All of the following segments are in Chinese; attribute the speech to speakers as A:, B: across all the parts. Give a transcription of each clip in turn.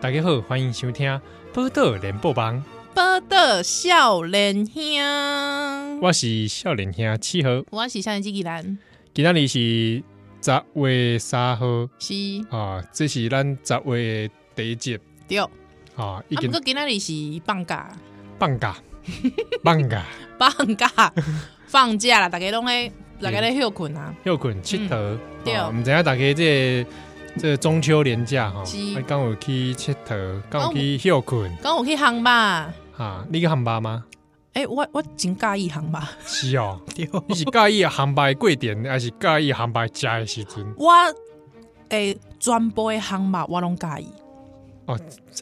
A: 大家好，欢迎收听《报道联播网》，
B: 报道少年兄，
A: 我是少年兄七号，
B: 我是少年机器人，
A: 今仔日是十月三号
B: 是
A: 啊，这是咱十月的第一集
B: 对。啊，
A: 啊，已
B: 不
A: 经
B: 过今仔日是放假，
A: 放
B: 啊
A: 假，放假，
B: 放假，放假啦，大家拢咧，大家咧休困啊。
A: 休困佚佗，
B: 对哦
A: 啊，毋知影大家这个这个中秋连假吼，
B: 是
A: 啊
B: 啊
A: 敢有去佚佗，敢有
B: 我
A: 去休困
B: 刚有去航吧？
A: 啊？你去航班吗？
B: 诶、我我真介意航吧？
A: 是哦，
B: 对，
A: 你是介意航班的贵点，还是介意航班食的时阵？
B: 我诶、全部的航吧我拢介意，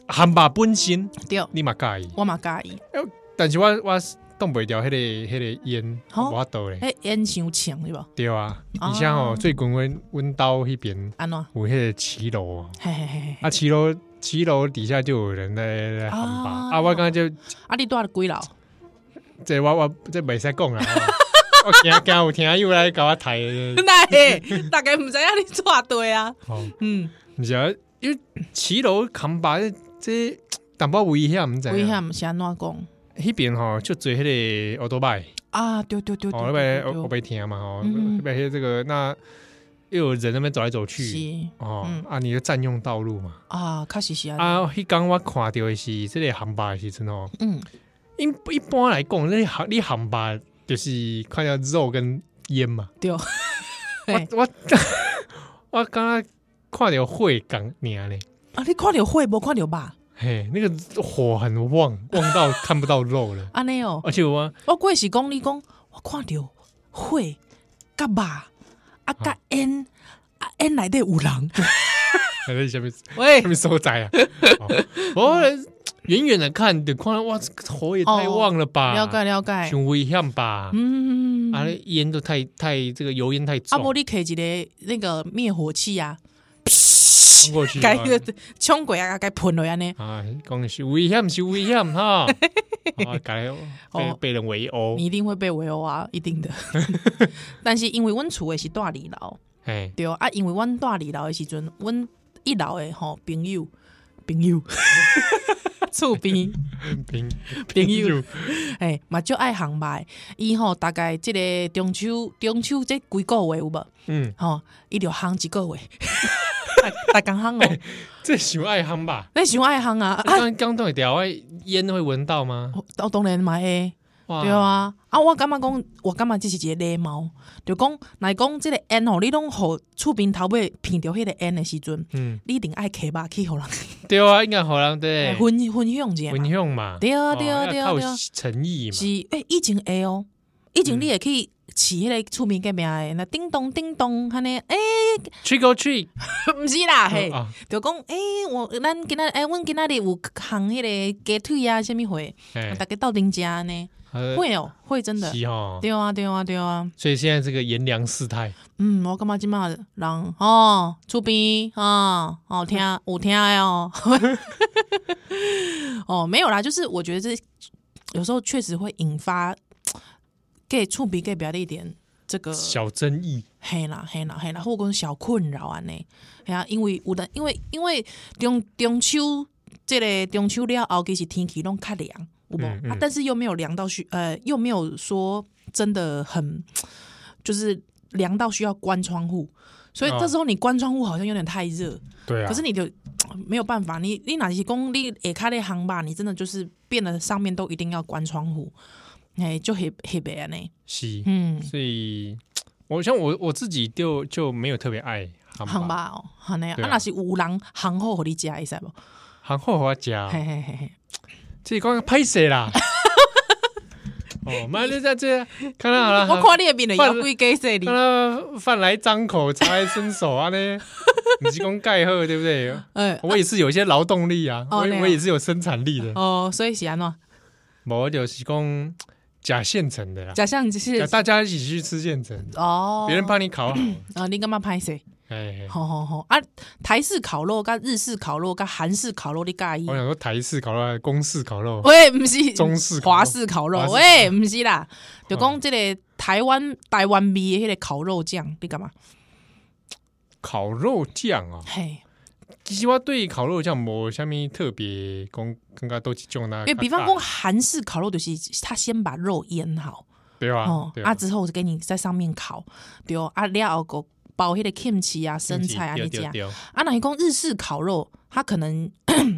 A: 航班本身
B: 对，
A: 你嘛介意？
B: 我嘛介意。
A: 但是我我挡袂掉迄、个迄、个烟，
B: 吼
A: 我倒咧，
B: 诶、烟伤强对无？
A: 对啊。
B: 啊
A: 而且吼，最近阮阮兜迄边
B: 安怎？
A: 有迄个骑楼啊，
B: 嘿嘿嘿嘿，
A: 啊骑楼骑楼底下就有人在在喊吧。
B: 啊
A: 啊，我感觉
B: 啊，你带了几 楼？
A: 这这我我这袂使讲啦。吼 我惊惊有听友来甲我抬，
B: 那嘿，大家毋知影你带对啊？
A: 吼，
B: 嗯，
A: 毋是啊，因为骑楼扛把这这淡薄危险，毋知道啊
B: 危。险是安怎讲？
A: 迄边吼就做迄个奥多拜，
B: 啊，对对对对
A: 哦，那
B: 对
A: 边
B: 对对
A: 我被听嘛，吼，
B: 嗯
A: 那边迄这个那又有人那边走来走去，
B: 是
A: 哦、
B: 嗯
A: 啊，你就占用道路嘛。
B: 啊，确实是啊，
A: 啊，迄工我看到的是即个航班的时阵哦，
B: 嗯，
A: 因一般来讲，那航你航班就是看到肉跟烟嘛。
B: 对， 啊嘿
A: 我我我 刚刚看到火港尔咧，
B: 啊，你看着火无看着吧？
A: 嘿，那个火很旺，旺到看不到肉 了。
B: 安尼哦，
A: 而且我
B: 我过是讲你讲，我看着火甲肉啊甲烟啊烟内底有人，
A: 还在下面下
B: 喂，
A: 面收窄 啊，哦我远远的看，就看到哇，这个火也太
B: 哦
A: 旺了吧，
B: 了解了解，
A: 很危险吧？
B: 嗯，
A: 啊啊，那烟都太太这个油烟太
B: 啊
A: 重，
B: 无你摕一个那个灭火器啊，
A: 冲过去
B: 该
A: 啊
B: 个冲过啊，该喷落安尼，
A: 啊，讲是危险是危险 哈，啊，改被
B: 哦
A: 被人围殴
B: 你，一定会被围殴啊，一定的。 但是因为阮厝的是住二楼。
A: 哎，
B: 对啊，因为阮住二楼的时阵，阮一楼的吼朋友朋友厝边
A: 朋
B: 朋友，哎嘛就爱航卖，伊吼大概即个中秋中秋这几个月有无？
A: 嗯，
B: 吼，伊就航一个月， 大工航哦，
A: 这想爱憨吧？
B: 咱想爱航啊，啊，
A: 刚刚动一条，哎烟会闻到吗？
B: 我当然嘛会。
A: 哇
B: 对，啊，啊，我感觉讲，我感觉这是一个礼貌，就讲，来讲即个烟吼，你拢互厝边头尾闻着迄个烟的时阵，
A: 嗯，
B: 你一定爱揢肉去互人
A: 对啊，应该好人对，
B: 分分享一下嘛
A: 分。享嘛，
B: 哎对啊
A: 哦
B: 对啊对啊
A: 要靠
B: 对啊
A: 诚意嘛
B: 是，诶、以前会哦，以前你会去饲迄个厝边隔壁的，那叮咚叮咚，安尼，诶、
A: ，trick or treat，
B: 毋是啦嘿，
A: 啊，
B: 就讲诶、我咱今仔诶，阮今仔日有行迄个鸡腿啊，啥物货，
A: 哎，
B: 逐个斗阵食安尼，
A: 呃
B: 会哦，会真的，
A: 是哦，
B: 对啊对啊对啊，
A: 所以现在这个炎凉世态，
B: 嗯，我感觉即满人哦，厝边啊，哦听有听的哦， 哦没有啦，就是我觉得这有时候确实会引发给厝边给表的一点。这个
A: 小争议，
B: 嘿啦，嘿啦，嘿啦，或讲小困扰安尼，嘿啊，因为有的，因为因为中中秋，这个中秋了后，其实天气拢较凉，有无、
A: 嗯嗯
B: 啊？但是又没有凉到需，呃，又没有说真的很，就是凉到需要关窗户，所以
A: 哦
B: 这时候你关窗户好像有点太热，
A: 对啊
B: 可是你就没有办法，你你哪些公你也开咧行吧，你真的就是变得上面都一定要关窗户，哎，就黑黑白安尼，
A: 是，
B: 嗯，
A: 所以我像我我自己就就没有特别爱憨
B: 行，吧哦，安尼啊，
A: 对啊
B: 若是有人行好互你食会使无？
A: 憨后我家，
B: 嘿嘿嘿嘿，
A: 这光拍谁 啦？哦，妈的，在这看到好了，
B: 我看你的面了，有几加说你
A: 看，到饭来张口，茶来伸手啊 呢，你是讲盖贺对不对？
B: 呃，
A: 我也是有一些劳动力啊，
B: 哦
A: 我
B: 那
A: 也
B: 样
A: 我也是有生产力的，
B: 哦，所以是安怎？
A: 我就是讲假现成的啦，
B: 假象只是
A: 大家一起去吃现成，
B: 哦，
A: 别人帮你 烤好，
B: 啊，你干嘛歹势？
A: 哎，
B: 吼吼吼啊！台式烤肉、甲日式烤肉、甲韩式烤肉，你介意
A: 我？想说台式烤肉、公式烤肉，
B: 喂，毋是
A: 哎中式烤肉
B: 华式烤肉
A: 华式，烤肉哦
B: 喂，毋是啦，就讲即个台湾台湾味的迄个烤肉酱，你干嘛？
A: 烤肉酱啊。
B: 嘿，
A: 其实我对烤肉酱无虾米特别讲，感觉都是种那，
B: 因为比方
A: 啊
B: 说韩式烤肉就是他先把肉腌好，
A: 对吧
B: 哦？
A: 对，
B: 啊之后我就给你在上面烤，对哦，啊料个包迄个 kimchi 啊生菜啊
A: 对
B: 你
A: 对
B: 讲，
A: 对，
B: 啊那你讲日式烤肉，它可 能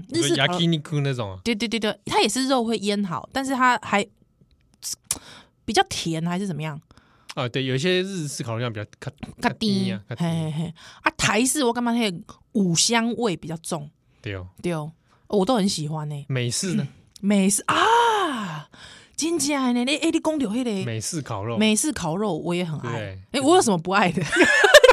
B: 日式
A: 牙
B: 烤肉
A: 基尼库那种啊，
B: 对对对对，它也是肉会腌好，但是它还比较甜还是怎么样？
A: 啊，对，有一些日式烤肉酱比较卡
B: 较甜
A: 啊，较
B: 嘿
A: 甜
B: 嘿嘿。啊，台式我感觉那个五香味比较重，
A: 对哦。
B: 对哦，我都很喜欢呢、
A: 美式呢？
B: 美式啊，真正的呢，你哎你讲到迄个
A: 美式烤肉，
B: 美式烤肉，我也很爱。
A: 对
B: 哎、我有什么不爱的？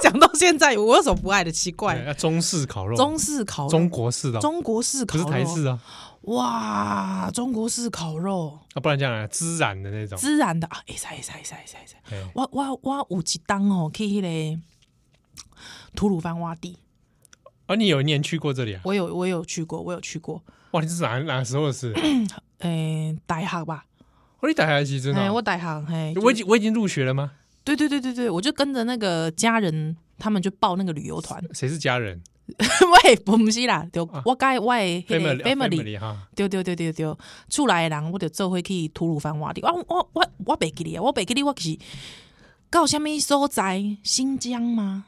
B: 讲到现在，我有什么不爱的？奇
A: 对
B: 怪，
A: 啊中式烤肉，
B: 中式烤肉、
A: 中国式的哦，
B: 中国式
A: 不
B: 烤
A: 是
B: 肉，
A: 台式啊，
B: 哇，中国式烤肉，
A: 啊，不然这样啊，孜然的那种，
B: 孜然的啊，哎塞哎塞哎塞哎塞。
A: 哎
B: 我我我有一当哦，去迄个吐鲁番洼地，
A: 啊，你有一年去过这里啊？
B: 我有我有去过，我有去过，
A: 哇，你是哪哪时候的 事？
B: 诶、大学吧，
A: 我你打下去真
B: 诶、
A: 的
B: 哎我
A: 哦，
B: 大学，嘿、
A: 我已经我已经入学了吗？
B: 对对对对对，我就跟着那个家人，他们就报那个旅游团，
A: 谁是家人
B: 喂，不是啦，就我跟我的迄个
A: 啊？family 啊
B: family，
A: family 哈，
B: 对对对对对，厝内的人我就做伙去吐鲁番洼地，啊我我我我袂记哩啊，我袂记哩，我是到什物所在？新疆吗？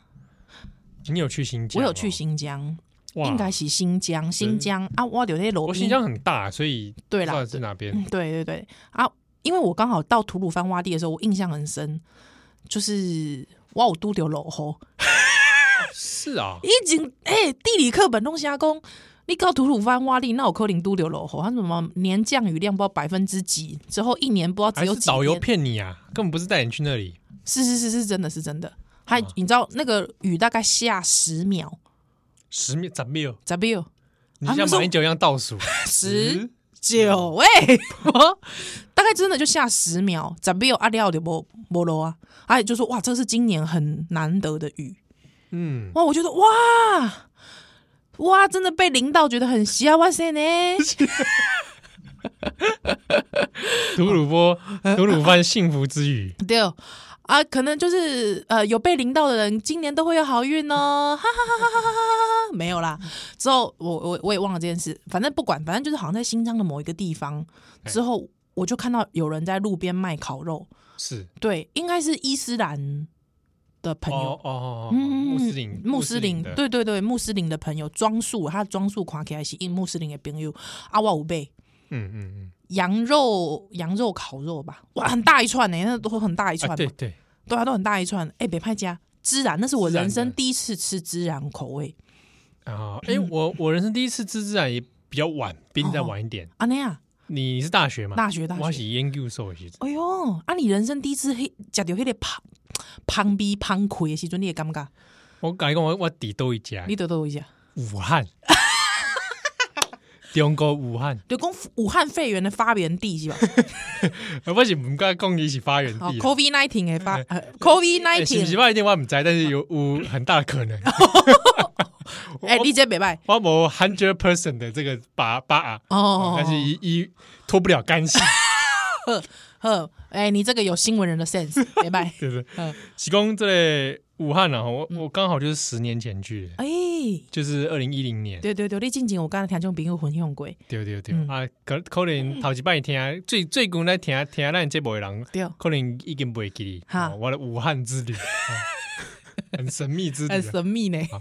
A: 你有去新疆哦？
B: 我有去新疆，
A: 哇，
B: 应该是新疆，新疆啊，我有那路
A: 我
B: 边
A: 新疆很大，所以
B: 对
A: 不
B: 啦
A: 知道是哪边
B: 嗯，对对对啊，因为我刚好到吐鲁番洼地的时候，我印象很深，就是我有拄着落雨，
A: 是啊，
B: 已经哎、地理课本拢写讲，你到吐鲁番洼地，那有可能拄着落雨，它什么年降雨量不知道百分之几，之后一年不知道
A: 还
B: 只有
A: 是
B: 几
A: 导游
B: 天
A: 骗你啊？根本不是带你去那里，
B: 是是是是真的是真的，还、你知道那个雨大概下十秒，
A: 十秒十秒，
B: 咋不有
A: 你
B: 他
A: 像
B: 们
A: 马
B: 说
A: 英九一样倒数，
B: 十九喂， 我大概真的就下十秒，咋没有阿廖的波波罗啊？还有就说哇，这是今年很难得的雨
A: 嗯，
B: 哇！我觉得哇哇，真的被淋到，觉得很喜啊哇塞呢！
A: 吐鲁 波吐鲁番幸福之雨，
B: 对哦啊，可能就是呃有被淋到的人，今年都会有好运哦，哈哈哈哈哈哈哈哈！没有啦，之后我我我也忘了这件事，反正不管，反正就是好像在新疆的某一个地方之后，我就看到有人在路边卖烤肉。
A: 是
B: 对，应该是伊斯兰的朋友，
A: 哦哦哦，哦
B: 嗯
A: 穆斯林
B: 穆斯林，
A: 的，
B: 对对对，穆斯林的朋友装束，他的装束看起来是因穆斯林的朋友。啊，我有贝
A: 嗯嗯
B: 羊肉羊肉烤肉吧，哇，很大一串呢、那都很大一
A: 嗯，
B: 串
A: 啊
B: 嘛，
A: 对对，
B: 对啊，都很大一串。哎、北派家孜然，那是我
A: 孜然
B: 人生
A: 的
B: 第一次吃孜然口味。嗯
A: 啊，哎，我我人生第一次吃孜然也比较晚，比你再
B: 哦
A: 晚一点，
B: 啊那样，
A: 你你是大学嘛？
B: 大学大
A: 我
B: 学，
A: 是研究所的时候
B: 哎呦，啊你人生第一次黑吃到迄个胖胖逼胖亏的时阵，你会感觉，
A: 我跟你讲，我我伫倒一家
B: 你得到一下，
A: 武汉， 中国武汉，
B: 就讲武汉肺炎的发源 地是吧？
A: 啊我是唔敢讲伊是发源
B: 好
A: 地啦。
B: ，COVID nineteen 的发，COVID 呃
A: 哎是不是
B: nineteen，
A: 我一定我唔知，但是有有很大的可 能，
B: 哎，你这北拜
A: 我冇 hundred percent 的这个把把啊，
B: 哦，
A: 但是一一脱不了干系，
B: 呵，哎，你这个有新闻人的
A: ，
B: sense，北拜
A: 对不对
B: 嗯？
A: 其中这个武汉啊，我我刚好就是十年前去的，
B: 哎，
A: 就是二零一零年，
B: 对对对，你进前我刚才听种朋友混用过，
A: 对对对
B: 嗯
A: 啊，可可能头一摆听，最最近来听听咱这部的人，
B: 对，
A: 可能已经袂记哩。
B: 嗯哈
A: 哦我的武汉之旅，哦很神秘之旅
B: 很
A: 啊。
B: 神秘呢。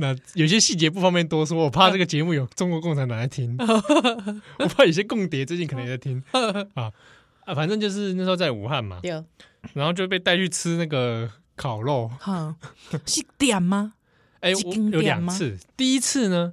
A: 那有些细节不方便多说，我怕这个节目有中国共产党来 听，我怕有些共谍最近可能也在听啊啊，反正就是那时候在武汉嘛，
B: 对，
A: 然后就被带去吃那个烤肉。
B: 哈，是点吗？
A: 哎，
B: 是
A: 我
B: 经
A: 有
B: 典
A: 两
B: 吗
A: 次，第一次呢，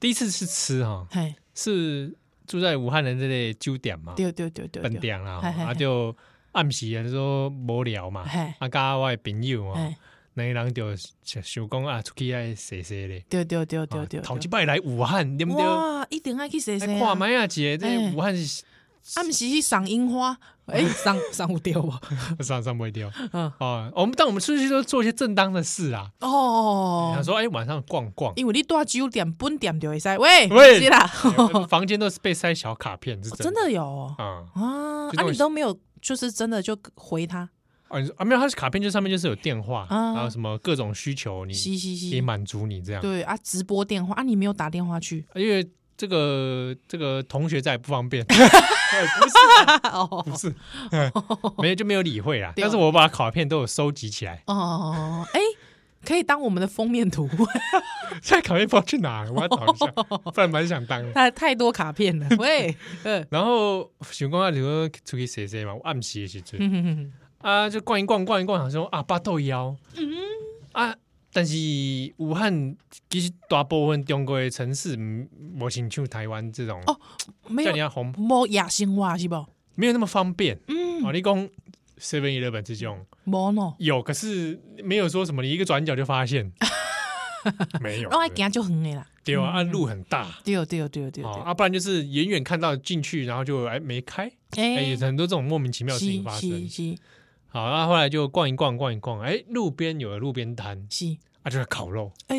A: 第一次是吃哈，
B: 嘿，
A: 是住在武汉的这类酒店嘛，
B: 对对对对
A: 本
B: 对，
A: 店啦，
B: 嘿嘿嘿
A: 啊就暗时啊就说无聊嘛，
B: 嘿，
A: 啊加我的朋友啊。
B: 嘿，
A: 那个人就想想讲啊，出去爱踅踅咧，
B: 对对对
A: 啊
B: 对对，
A: 头一
B: 对
A: 摆来武汉，对不对？来
B: 哇，一定爱去洗洗
A: 看
B: 啊！
A: 麦啊，姐，这
B: 哎
A: 武汉是
B: 啊，不是去赏樱花，哎，赏赏有掉吧？
A: 上上不会掉
B: 嗯，
A: 啊。我们但我们出去都做一些正当的事啊，想
B: 哦，
A: 说哎晚上逛逛，
B: 因为你住酒店本店就会使，喂，
A: 喂
B: 是啦。
A: 哎房间都是被塞小卡片，是
B: 真
A: 的
B: 的有哦
A: 啊。
B: 啊！
A: 就那
B: 啊，
A: 种
B: 你都没有，就是真的就回他
A: 啊，你说啊没有，它是卡片，就上面就是有电话，
B: 啊
A: 然后什么各种需求，你
B: 嘻嘻
A: 可以
B: 嘻，
A: 满足你这样。啊
B: 对啊，直播电话啊，你没有打电话去，
A: 因为这个这个同学在不方便， 哎不是啊
B: 哦
A: 不是，嗯没有就没有理会啦。
B: 对哦
A: 但是我把卡片都有收集起来，
B: 哦，哎，可以当我们的封面图，
A: 现在卡片不知道去哪了，我要找一下，不然蛮想当的。
B: 太太多卡片了，喂，呃，
A: 然后想讲啊，就说出去踅踅嘛，我暗时的时阵
B: 嗯哼哼
A: 啊，就逛一逛，逛一逛，想说啊，八豆腰，嗯啊，但是武汉其实大部分中国的城市，嗯无亲像台湾这种，
B: 哦哼没
A: 叫人
B: 有
A: 家红
B: 摸亚生话是不？
A: 没有那么方便。
B: 嗯，
A: 哦，你讲 Seven Eleven 这种
B: 摸喏，
A: 有，可是没有说什么，你一个转角就发 现，没有
B: 我，爱行就很的啦，
A: 对啊，啊路很大。
B: 对对对对
A: 哦，
B: 对，
A: 啊，不然就是远远看到进去，然后就哎没开，哎、
B: 哎
A: 有很多这种莫名其妙的事情发
B: 是
A: 生。
B: 是
A: 好，那后来就逛一逛，逛一逛，哎，路边有了路边摊，
B: 是，
A: 啊，就是烤肉，
B: 哎，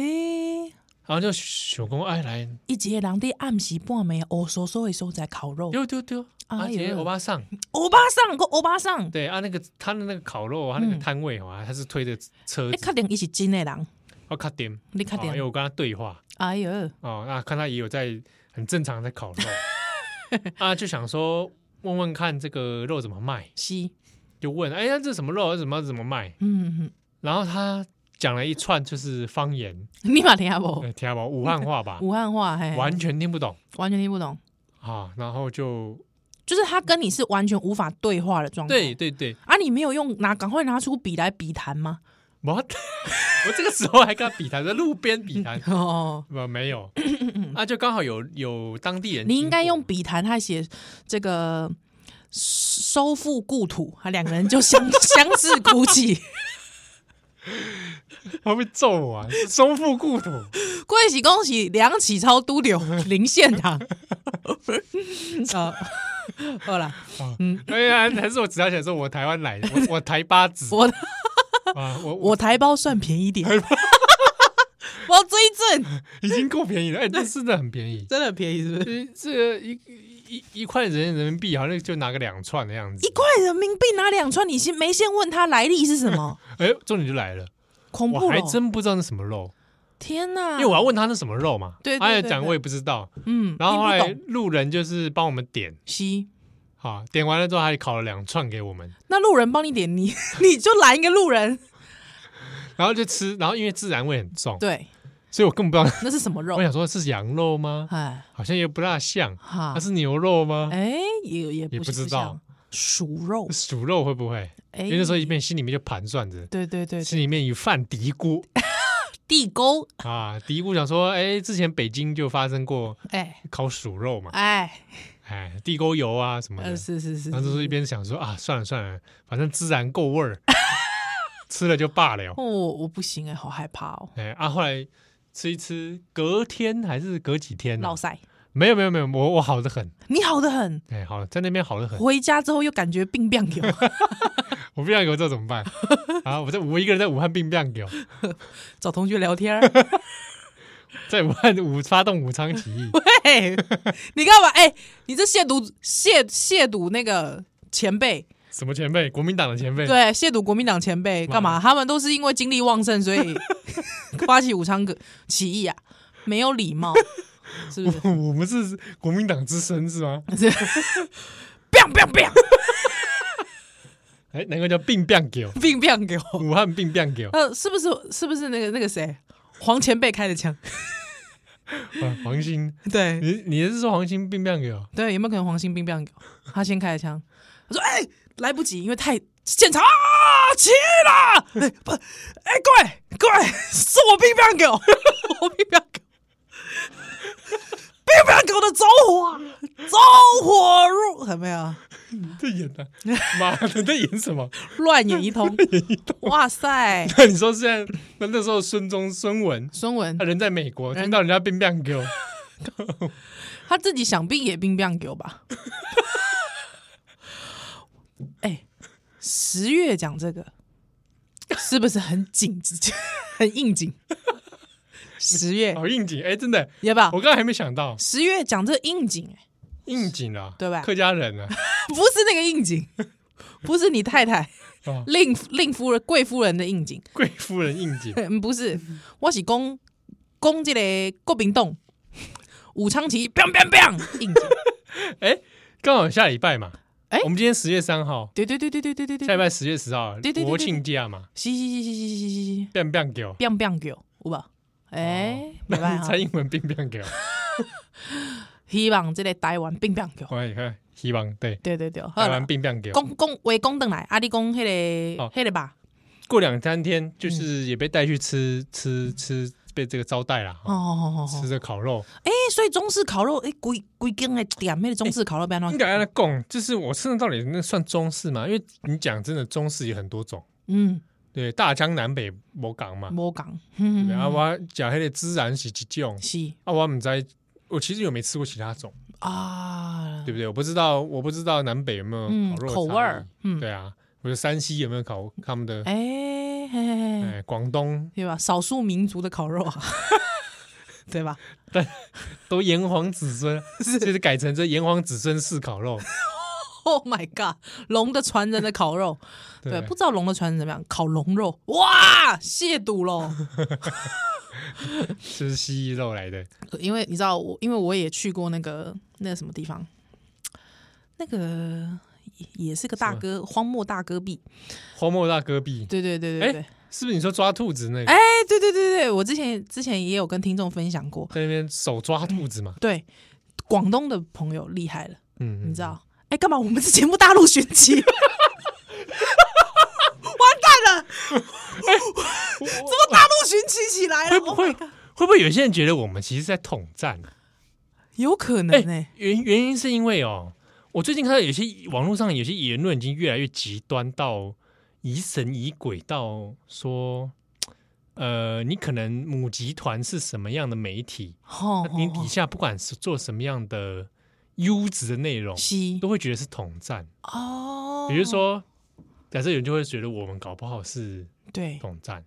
A: 然后就想讲，哎，来，
B: 一个人伫暗时半暝乌索索的所在烤肉，
A: 丢丢丢，
B: 哎
A: 啊，
B: 呦
A: 姐，欧巴桑，
B: 欧巴上个欧巴上，
A: 对啊，那个他的那个烤肉，他那个
B: 嗯
A: 摊位啊，他是推着车
B: 你
A: 子，
B: 确定伊是真的人，
A: 我卡点，
B: 你确
A: 哦因为
B: 定？
A: 我跟他对话，
B: 哎呦，
A: 哦，那看他也有在很正常地在 烤肉，啊，就想说问问看这个肉怎么卖，
B: 是，
A: 就问，哎，那这什么肉，怎么怎么卖？
B: 嗯，嗯
A: 然后他讲了一串就是方言，
B: 嗯你嘛听无？
A: 呃听不懂武汉话吧，
B: 武汉话嘿，
A: 完全听不懂
B: 完全听不懂，
A: 啊，然后就
B: 就是他跟你是完全无法对话的状态。
A: 对对对，
B: 啊，你没有用拿，赶快拿出笔来笔谈吗？，
A: 我 我这个时候还跟他比谈，在路边比谈
B: 哦，
A: 我 没有啊，就刚好有有当地人经过，
B: 你应该用笔谈，他写这个收复故土，啊，两个人 就相相视哭泣。
A: 他会不会揍我 啊，收复故 土，
B: 恭喜恭喜，梁启超 都柳林献堂。啊，好啦，
A: 哎呀，还是我只要想说我台湾来的，我我台八子
B: 我
A: 啊，我我
B: 我台胞算便宜点。我要追正，
A: 已经够便宜了，哎，这真的很便宜，
B: 真的很便宜是不 是？
A: 这这个一一一块人人民币好像就拿个两串的样子
B: 一，块人民币拿两串，你先没先问他来历是什么？
A: 哎，重点就来了，啊
B: 恐
A: 我
B: 怖
A: 还
B: 了！
A: 真不知道那什么肉，
B: 天哪！
A: 因为我要问他那什么肉嘛，
B: 对对
A: 他也
B: 对
A: 讲
B: 对
A: 我也不知道，
B: 嗯，
A: 然后后来
B: 听不懂
A: 路人就是帮我们点。
B: 西，
A: 好，点完了之后，还烤了两串给我们，
B: 那路人帮你点你， 你就拦一个路人。
A: 然后就吃，然后因为孜然味很重，
B: 对，
A: 所以我根本不知道。
B: 那是什么肉
A: 我？想说是羊肉吗？
B: 哎，
A: 好像也不大像。
B: 哈
A: 它，是牛肉吗？
B: 哎，也也
A: 也
B: 不
A: 不知道
B: 熟肉，
A: 鼠肉会不会？
B: 哎，
A: 因为那时候一边心里面就盘算着，
B: 对对对，对
A: 心里面有犯嘀咕
B: 地沟，
A: 啊，嘀咕想说，哎，之前北京就发生过
B: 哎
A: 烤鼠肉嘛，
B: 哎，
A: 哎，地沟油啊什么的
B: 呃，。是是是，
A: 然后就是是一边想说啊，算了算了，反正孜然够味儿， 吃了就罢了。
B: 哦，我我不行哎，好害怕哦，
A: 哎啊，后来吃一吃，隔天还是隔几天啊
B: 老塞，
A: 没有没有没有，我我好的很，
B: 你好的很，
A: 哎，好在那边好的很，
B: 回家之后又感觉病病有，
A: 我不想有这怎么 办？啊，我在我一个人在武汉病病给我，
B: 找同学聊天 儿，
A: 在武汉武发动武昌起义，
B: 喂，你干嘛？哎，你这亵渎亵亵渎那个前辈，
A: 什么前辈？国民党的前辈，
B: 对，亵渎国民党前辈干嘛？他们都是因为精力旺盛，所以发起武昌革起义啊，没有礼貌，是不是？
A: 我我们是国民党之身是吗？
B: 是 biang biang biang
A: 哎，难怪叫病病给我，
B: biang biang 给我，
A: 武汉病病给我，
B: 呃，是不是是不是那个那个谁黄前辈开的枪？
A: 啊黄兴，
B: 对
A: 你你是说黄兴病病给我？
B: 对，有没有可能黄兴 biang biang 给我？他先开的枪，我说哎、来不及，因为太现场啊起了， 哎不哎过来过来，是我 biang biang 给 我，我 biang biang 给我。biang biang 给我的走火，走火入怎么样？
A: 你在演 啊？妈的，在演什么？
B: 乱演一通，哇塞！
A: 那你说现在那那时候孙中孙文
B: 孙 文
A: 他人在美
B: 嗯
A: 国，听到人家病病给我，
B: 他自己想必也冰冰给我吧。 哎、十月讲这个是不是很紧， 很应景？十月
A: 好应景，哎，真的，
B: 要不要？
A: 我刚才还没想到
B: 十月讲这应景、哎，
A: 应景啊，
B: 对吧
A: 客家人啊。
B: 不是那个应景，不是你太太，
A: 哦
B: 令令夫人贵夫人的应景，
A: 贵夫人应景，
B: 嗯不是，我是攻攻这个郭炳栋、武昌旗，biang biang biang 应景。
A: 刚好下礼拜嘛。
B: 哎
A: 我们今天十月三号，
B: 对对对对对对对对，
A: 下礼拜十月十号
B: 对对对对，
A: 国庆假嘛，
B: 是是是是是是是是
A: 变变给我，
B: ，biang biang 叫有
A: 哦
B: 吧？哎，没办
A: 那
B: 法
A: 蔡，英文变变给我，
B: 希望这个台湾 biang biang 叫。
A: 我也看希望对
B: 对对对，好
A: 台
B: 啦
A: 湾变变给我。
B: 讲讲话讲回来，啊，你讲迄、个迄、
A: 哦
B: 个吧，
A: 过两三天
B: 嗯
A: 就是也被带去吃吃吃，被这个招待啦，
B: 哦哦哦
A: 吃
B: 哦，
A: 这烤肉。
B: 哎、所以中式烤肉，哎、规规间的店，迄、个中式烤肉变
A: 应
B: 怎？
A: 该来讲，就是我吃的到底那算中式嘛？因为你讲真的，中式也很多种，
B: 嗯，
A: 对，大江南北无讲嘛。
B: 无讲，
A: 对
B: 嗯
A: 不对啊，
B: 嗯，
A: 我讲迄个孜然是几种，
B: 是
A: 啊，我唔知，我其实有没吃过其他种，
B: 啊，
A: 对不对？我不知道，我不知道南北有没有
B: 嗯，
A: 烤肉的
B: 口味
A: 差异
B: 儿，嗯，
A: 对啊，或者山西有没有烤他们的？
B: 哎、嘿嘿嘿
A: 哎，广东
B: 对吧？少数民族的烤肉啊， 对吧？
A: 都炎黄子 孙，就是改成这炎黄子孙式烤肉，
B: Oh my god！龙的传人的烤肉，对，
A: 对
B: 不知道龙的传人怎么样，烤龙肉，哇，亵渎喽！
A: 就是蜥蜴肉来的。
B: 因为你知道我，因为我也去过那个那个什么地方，那个也是个大哥，荒漠大戈壁，
A: 荒漠大戈壁，
B: 对对对对对，
A: 是不是你说抓兔子那个？
B: 哎、对对对对，我之前之前也有跟听众分享过，
A: 在那边手抓兔子嘛？
B: 对，广东的朋友厉害了，
A: 嗯，嗯
B: 你知道？哎、干嘛？我们是节目大陆寻奇， 完蛋了，怎么大陆寻奇起来了？
A: 会不会
B: Oh my God
A: 会不会有些人觉得我们其实在统战？啊
B: 有可能
A: 哎、
B: 呢、
A: 原原因是因为哦，我最近看到有些网络上有些言论已经越来越极端到疑神疑鬼到说，呃，你可能母集团是什么样的媒体，
B: 哦
A: 那你底下不管是做什么样的优质的内容，
B: 西
A: 都会觉得是统战。
B: 哦，
A: 比如说，假设有人就会觉得我们搞不好是
B: 对
A: 统战，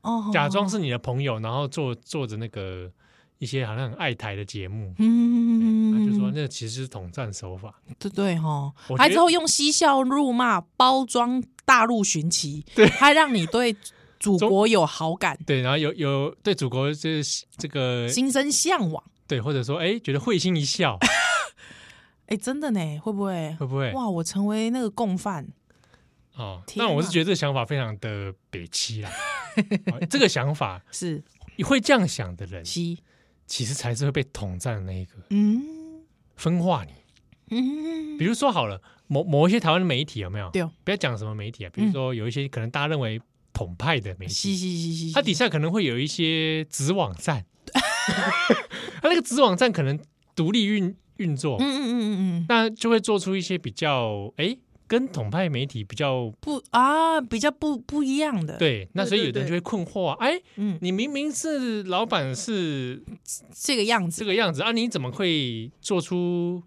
B: 哦，
A: 假装是你的朋友，然后做做着那个一些好像很爱台的节目。
B: 嗯，
A: 他就说那其实是统战手法，
B: 对对哈
A: 我觉，得
B: 还之后用嬉笑怒骂包装大陆寻奇，
A: 对
B: 还让你对祖国有好感，
A: 对，然后有有对祖国就是这个
B: 心生向往。
A: 对，或者说哎觉得会心一笑，
B: 哎，真的呢，会不会？
A: 会不会？
B: 哇，我成为那个共犯，
A: 哦，
B: 天
A: 那我是
B: 哪
A: 觉得这个想法非常的北欺啦。哦这个想法
B: 是
A: 会这样想的人，
B: 西，
A: 其实才是会被统战的那一个
B: 嗯
A: 分化你。
B: 嗯
A: 比如说好了，某某一些台湾的媒体有没有？
B: 对哦嗯
A: 不要讲什么媒体啊，比如说有一些可能大家认为统派的媒
B: 西
A: 体，
B: 西西西，
A: 它底下可能会有一些子网 站，它那个子网站可能独立运运作
B: 嗯，嗯嗯嗯嗯，
A: 那就会做出一些比较哎、诶跟统派媒体比较
B: 不啊，比较不不一样的，，
A: 对，那所以有的人就会困惑啊，哎，
B: 嗯，
A: 你明明是老板是
B: 这个样
A: 这
B: 子，
A: 个样子啊，你怎么会做出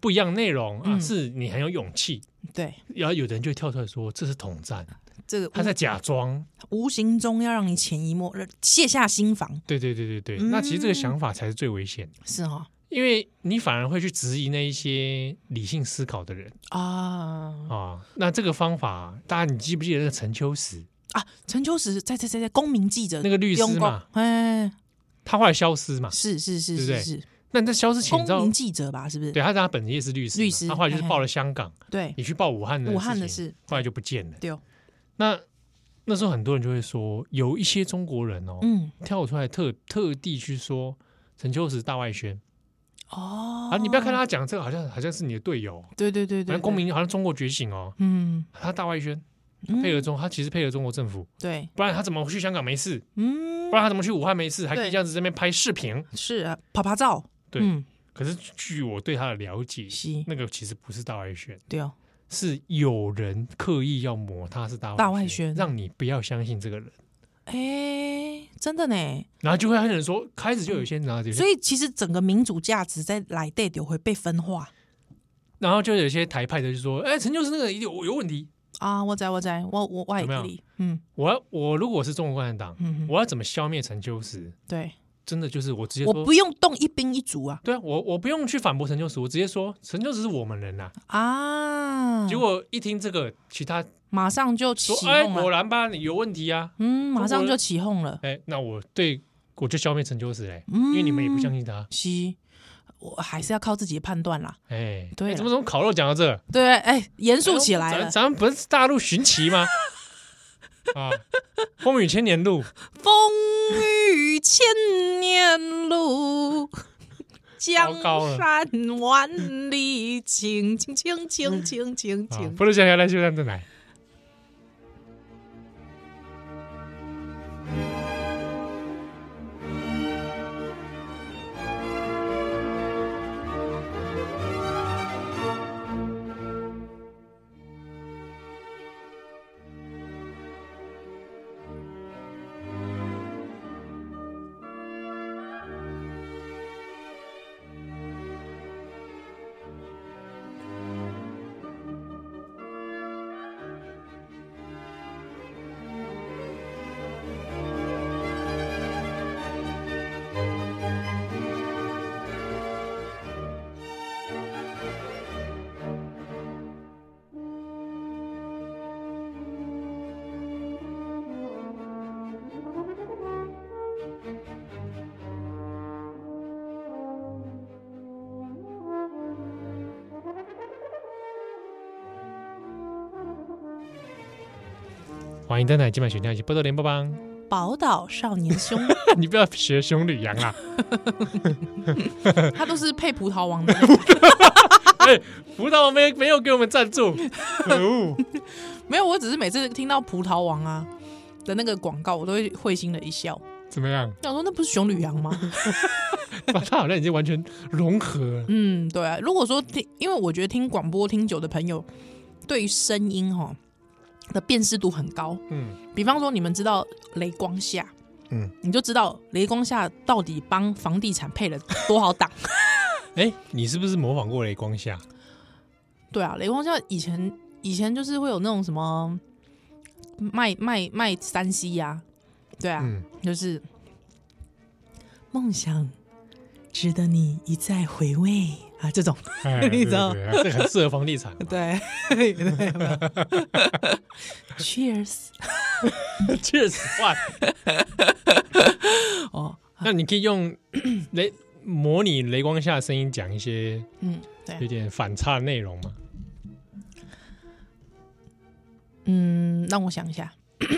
A: 不一样内容啊？
B: 嗯
A: 是你很有勇气，
B: 对，
A: 然后有的人就会跳出来说这是统战，
B: 这个
A: 他在假装。
B: 无无形中要让你潜移默呃卸下心防，
A: 对对对对对，
B: 嗯
A: 那其实这个想法才是最危险的，
B: 是哈
A: 因为你反而会去质疑那一些理性思考的人
B: 啊，
A: 啊。那这个方法，大家你记不记得那个陈秋实
B: 啊，陈秋实在在在在公民记者
A: 那个律
B: 用
A: 师
B: 光
A: 嘛？，
B: 哎，
A: 他后来消失嘛？
B: 是是是
A: 对不
B: 是
A: 对
B: 是，
A: 那那消失前，你
B: 公
A: 知道
B: 民？记者吧？是不是？
A: 对，他他本业是律师嘛，
B: 律师
A: 他后来就是报了香港，
B: 对
A: 也去报武汉的
B: 武汉的
A: 情
B: 事
A: 后来就不见了。
B: 嗯对哦，
A: 那那时候很多人就会说，有一些中国人哦，
B: 嗯，
A: 跳出来特特地去说陈秋实大外宣
B: 哦，
A: 啊，你不要看，他讲这个，好像好像是你的队友，
B: 对对对
A: 好
B: 对，
A: 像
B: 对
A: 公，民，好像中国觉醒哦，
B: 嗯，
A: 他大外宣
B: 嗯
A: 配合中，他其实配合中国政府，
B: 对，
A: 不然他怎么去香港没事？
B: 嗯
A: 不，然他怎么去武汉没事？还可
B: 对
A: 以这样子这边拍视频？
B: 是啊，爬爬照，
A: 对
B: 嗯，
A: 可是据我对他的了解，
B: 是，
A: 那个其实不是大外宣。
B: 对哦，
A: 是有人刻意要抹他是大
B: 大外宣
A: 让你不要相信这个人，
B: 哎，真的呢，
A: 然后就会有人说，开始就有一些人，然后有些
B: 所以其实整个民主价值在来对就会被分化
A: 然后就有一些台派的就说，哎，陈就是那个有有问题，
B: 啊，我在我在我我我也
A: 有没有
B: 可以，嗯
A: 我要我如果我是中国共产党，
B: 嗯，嗯
A: 我要怎么消灭陈秋实？
B: 对，
A: 真的就是我直接
B: 我
A: 说
B: 不，用动一兵一卒啊
A: 对啊，我我不用去反驳啊陈秋实，我直接说陈秋实是我们人呐、
B: 啊，
A: 结果一听这个，其他
B: 马上就起
A: 说哎，
B: 哄
A: 果
B: 了，
A: 然吧，你有问题啊！
B: 嗯，马上
A: 中国
B: 就起哄了，
A: 哎，那我对我就消灭陈秋实嘞，
B: 嗯，
A: 因为你们也不相信他。
B: 西，我还是要靠自己的判断啦。
A: 哎，
B: 对啊
A: 哎
B: 啦
A: 怎么从烤肉讲到这？
B: 对，哎，严肃起来
A: 咱
B: 了。
A: 咱们不是大陆寻奇 吗？啊，风雨千年路，啊
B: 风雨千年路，江
A: 高了
B: 山万里晴，晴晴晴晴晴
A: 啊
B: 晴，。
A: 不是想要来就让再来。欢迎登台，今晚选跳一起波多连波邦。
B: 宝岛少年兄，
A: 你不要学熊吕阳啦，
B: 他都是配葡萄王的那 个。
A: 葡萄没没有给我们赞 助，可恶！
B: 没有，我只是每次听到葡萄王啊的那个广告，我都会会心的一笑，
A: 怎么样？
B: 想说那不是熊吕羊吗？
A: 把它好像已经完全融合了。
B: 嗯，对啊。如果说听，因为我觉得听广播听久的朋友，对于声音哈的辨识度很高。
A: 嗯，
B: 比方说，你们知道雷光下，
A: 嗯
B: 嗯，你就知道雷光下到底帮房地产配了多少档。
A: 哎，你是不是模仿过雷光下？
B: 对啊，雷光下以前以前就是会有那种什么卖卖卖三 C 呀、对啊，
A: 嗯，
B: 就是梦想值得你一再回味啊，这种
A: 哎
B: 你知道
A: 对对对这很适合房地 产。
B: 对对有没有，Cheers
A: 确实哇，
B: 哦，
A: 那你可以用雷 模拟雷光下的声音讲一些
B: 嗯，对啊
A: 有，点反差的内容嘛？
B: 嗯，让我想一下，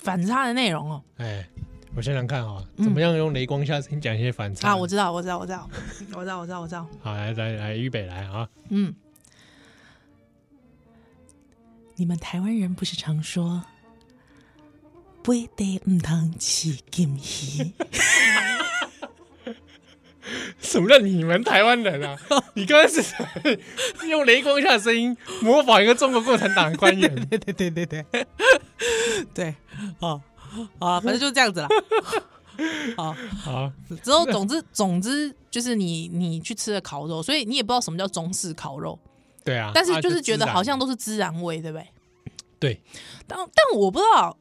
B: 反差的内容哦。
A: 哎，我想想看哈，怎么样用雷光下声音讲一些反差
B: 啊，我知道，我知道，我知道，我知道，我知道，我知道。
A: 好来来来，预备来啊！
B: 嗯，你们台湾人不是常说“杯得唔通起金鱼
A: 什么叫你们台湾人啊？你刚才是用雷光下的声音模仿一个中国共产党的官员，”？
B: 对对对对对 对，哦 啊，反正就是这样子啦。好，
A: 好，
B: 之后总之总之就是你你去吃了烤肉，所以你也不知道什么叫中式烤肉，
A: 对啊，
B: 但是
A: 啊
B: 就是觉得
A: 孜然
B: 好像都是孜然味，对不对？
A: 对，
B: 但但我不知道，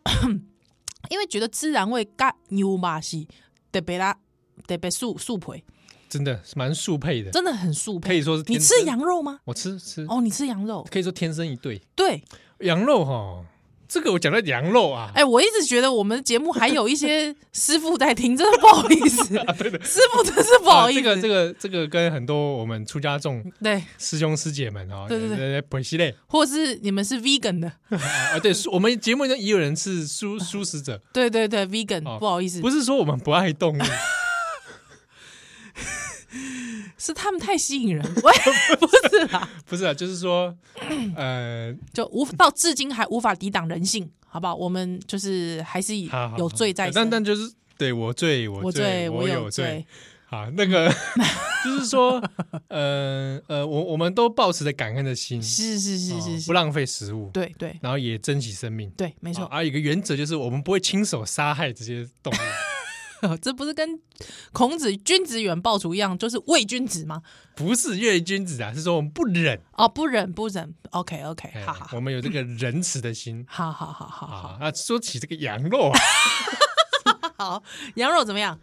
B: 因为觉得孜然味嘎牛巴西得贝拉得贝素素培
A: 真的是蛮速配的，
B: 真的很素
A: 可
B: 培。
A: 以说是
B: 你
A: 天生
B: 吃，羊肉吗？
A: 我吃吃，
B: 哦，你吃羊肉？
A: 可以说天生一对。
B: 对，
A: 羊肉哈，这个我讲到羊肉啊，
B: 哎，我一直觉得我们节目还有一些 师傅在听，真的不好意 思，师傅真是不好意思。
A: 啊啊这个这个这个跟很多我们出家众
B: 对，
A: 师兄师姐们啊，
B: 对对对
A: 对，本系列
B: 或者是你们是 vegan 的，
A: 啊，对，素我们节目中也有人是素素食者，
B: 对对对，vegan，、
A: 哦
B: 不好意思，
A: 不是说我们不爱动物，
B: 是他们太吸引 人，喂，不是啦，
A: 不是啊，就是说，呃，
B: 就无到至今还无法抵挡人性，好不好？我们就是还是以
A: 好好
B: 有罪在
A: 对
B: 身，
A: 但但就是对我罪，我
B: 我罪
A: 我
B: 有
A: 罪。，好，那个就是说，呃呃，我我们都保持着感恩的心，
B: 是是是
A: 哦
B: 是
A: 不
B: 是，
A: 浪费食物，
B: 对对
A: 然后也珍惜生命。
B: 对，没
A: 啊
B: 错，
A: 还有一个原则就是，我们不会亲手杀害这些动物，
B: 哦 这不是跟孔子“君子远庖厨”一样，就是伪君子吗？
A: 不是越君子啊，是说我们不忍，
B: 哦，不忍不忍，OK
A: 哎
B: OK，好好好
A: 我们有这个仁慈的心
B: 好好好好好
A: 啊。那说起这个羊肉啊，
B: 好，羊肉怎么样？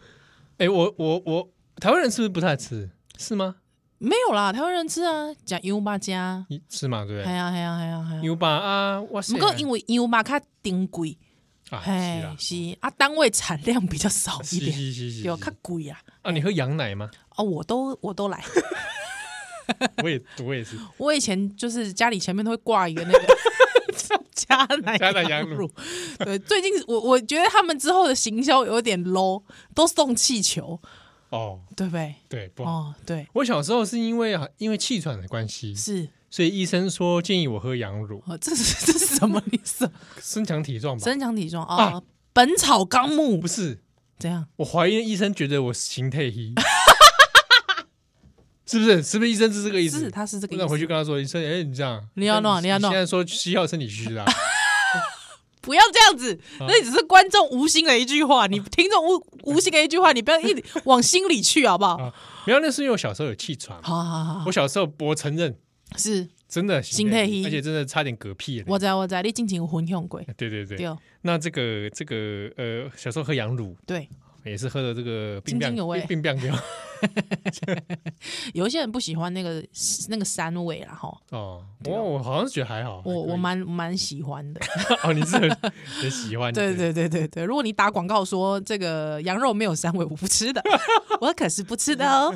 A: 哎，我我我，台湾人是不是不太吃？是吗？
B: 没有啦，台湾人吃啊，讲 U 巴加，
A: 你是嘛？对不
B: 系
A: 对
B: 啊系啊系啊系啊。
A: ？U 吧啊，哇塞！
B: 不过因为 U 巴较顶贵，
A: 啊，
B: 嘿
A: 是啦，
B: 是啊，单位产量比较少
A: 是
B: 一点，
A: 是是是，
B: 有
A: 是
B: 较贵啊。
A: 啊，你喝羊奶吗？
B: 哦，我都我都来，
A: 我也我也是，
B: 我以前就是家里前面都会挂一个 那个加奶
A: 加奶羊
B: 乳。对，最近我我觉得他们之后的行销有点 low，都送气球，
A: 哦，
B: 对不对？
A: 对，不好。
B: 哦，对，
A: 我小时候是因为因为气喘的关系，
B: 是，
A: 所以医生说建议我喝羊乳，
B: 哦，这是这 是什么意 思？
A: 增强体壮吧。
B: 增强体壮
A: 啊
B: 啊，《本草纲目
A: 不》是，
B: 怎样？
A: 我怀疑医生觉得我形态 黑，是不是？是不是医生是这个意思？
B: 是，他是这个
A: 那
B: 意
A: 回去
B: 思。
A: 跟他说，医生，哎，你这样，
B: 你要弄你要弄
A: 现在说西药身体虚 啦，
B: 不要这样子，
A: 啊
B: 那只是观众无心的一句话，你听众无无心的一句话，你不 要一直往心里去，好不好？
A: 啊，没有，那是因为我小时候有气喘。
B: 好好好好
A: 我，小时候，我承认，
B: 是
A: 真的
B: 形哦态虚
A: 而且真的差点嗝屁了。
B: 我在我在，你尽情混用鬼，
A: 对对对
B: 对，
A: 那这个这个呃，小时候喝羊乳
B: 对，
A: 也是喝的这个冰
B: 津津有味
A: 冰冰冰冰
B: 有一些人不喜欢那个那个膻味啦，哈，
A: 哦，我我好像是觉得还好，
B: 我我
A: 还
B: 蛮蛮喜欢的。
A: 可以哦，你是很很喜欢，
B: 对对对对对，如果你打广告说这个羊肉没有膻味，我不 吃的，我可是不吃的哦，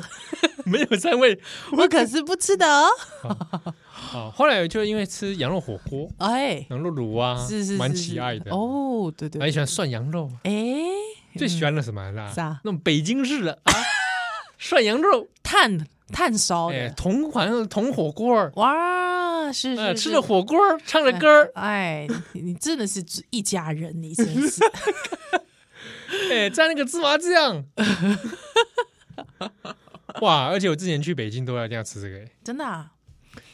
A: 没有膻味
B: 我可是不吃的哦。
A: 啊。后来就因为吃羊肉火锅、
B: 哎，
A: 羊肉卤啊，
B: 是是是
A: 蛮
B: 是
A: 喜爱的，
B: 哦，对对，
A: 还喜欢涮羊肉啊，
B: 哎，嗯
A: 最喜欢的什么啦？
B: 啥
A: 那种北京式的 啊，涮羊肉，
B: 炭炭烧
A: 哎，
B: 的，
A: 同款同火锅儿，
B: 哇，是
A: 呃，
B: 是
A: 吃
B: 是
A: 着火锅儿，唱着歌儿，
B: 哎，你你真的是一家人，你真 是
A: 哎，蘸那个芝麻酱， 哇！而且我之前去北京都要这样吃这个。哎
B: 真的啊，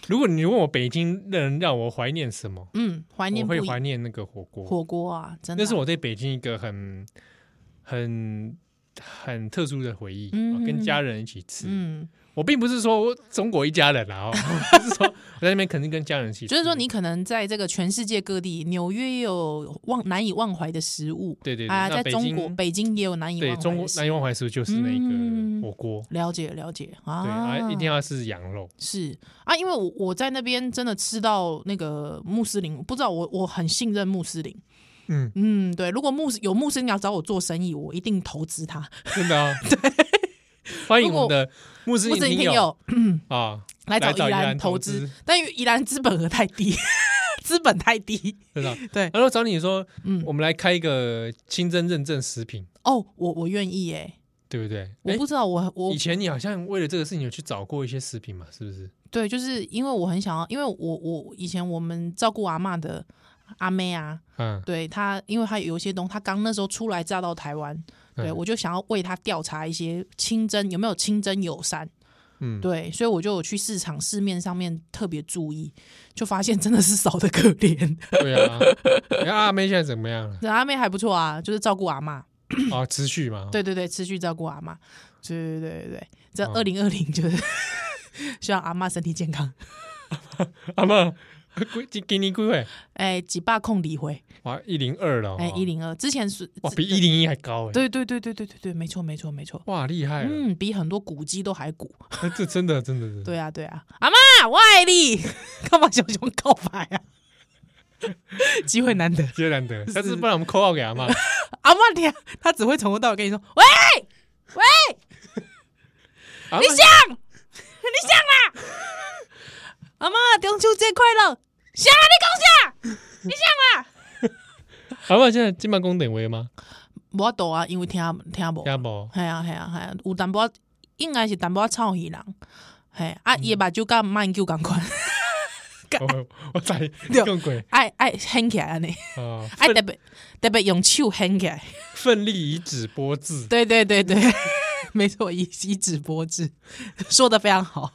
A: 如果你问我北京人让我怀念什么，
B: 嗯，怀念
A: 我
B: 不
A: 会
B: 已
A: 怀念那个火锅，
B: 火锅啊，真的
A: 那
B: 啊，
A: 是我对北京一个很很很特殊的回忆。
B: 嗯
A: 哦跟家人一起吃，
B: 嗯，
A: 我并不是说我中国一家人 啦，哦，我是说我在那边肯定跟家人一起吃。
B: 就是说你可能在这个全世界各地，纽约也有忘难以忘怀的食物，
A: 对对对，
B: 啊，
A: 那
B: 在
A: 北
B: 中国
A: 京
B: 北京也有难以忘
A: 对
B: 怀
A: 中国
B: 的食
A: 南洋怀石就是那
B: 嗯
A: 个火锅，
B: 了解了解啊，
A: 对啊，一定要是羊肉。
B: 是啊，因为我我在那边真的吃到那个穆斯林，不知道我我很信任穆斯林，
A: 嗯，
B: 嗯，对，如果穆斯有穆斯林要找我做生意，我一定投资他。
A: 真的 啊，对，欢迎我们的穆斯
B: 穆
A: 林
B: 斯林
A: 听
B: 听
A: 友
B: 友
A: 啊，
B: 来找
A: 来找
B: 宜
A: 宜兰
B: 兰投
A: 投
B: 资
A: 资，
B: 但因为宜兰资本额太低， 资本太低。
A: 真的啊。
B: 对，
A: 然后找你说，
B: 嗯，
A: 我们来开一个清真认证食品，
B: 哦，我我愿意哎，
A: 对不对？
B: 我
A: 哎，
B: 不知道我我
A: 以前你好像为了这个事情有去找过一些食品嘛，是不是？
B: 对，就是因为我很想要，因为我我以前我们照顾阿嬷的阿妹啊，
A: 嗯，
B: 对她，因为她有一些东西，她刚那时候初来嫁到台湾，对
A: 嗯
B: 我就想要为她调查一些清真有没有清真友善，
A: 嗯，
B: 对，所以我就有去市场市面上面特别注意，就发现真的是少的可怜。
A: 对啊。那阿妹现在怎么样了？
B: 那阿妹还不错啊，就是照顾阿嬷，
A: 啊，持续嘛，
B: 对对对，持续照顾阿嬷，对对对对对，这
A: 哦
B: 二零二零就是 希望阿嬷身体健康，
A: 阿妈，贵今今年几岁？
B: 哎，几把控理回，
A: 哇，一零二了，哦
B: 哎，一，零二之前是
A: 哇，比一零一还高哎，
B: 对对对对对对对，没错没错没错。
A: 哇，厉害了，
B: 嗯，比很多古迹都还古。
A: 这真的真的真的，
B: 对啊，对啊，阿妈，我爱你， 干嘛小熊告白啊？ 机会难得，
A: 接难得，下次不然我们扣号给阿妈，
B: 阿妈你啊，他只会从头到尾跟你说，喂，
A: 你
B: 你想，你想啦，阿妈，中秋节快乐，想啊，你讲啥？你想啦？
A: 阿妈现在金马宫等位吗？
B: 我懂啊，因为听听无，
A: 阿宝，
B: 系啊系啊系啊，有淡薄仔，应该是淡薄仔臭鱼人，系啊，伊目睭甲慢睭共款，
A: 我哦我在
B: 对啊哎
A: 更鬼
B: 爱爱掀起来安尼，
A: 啊，
B: 爱
A: 奋
B: 特别特别用手掀起来。
A: 奋力以指拨字，
B: 对对对 对，没错，以以指播制，说的非常好，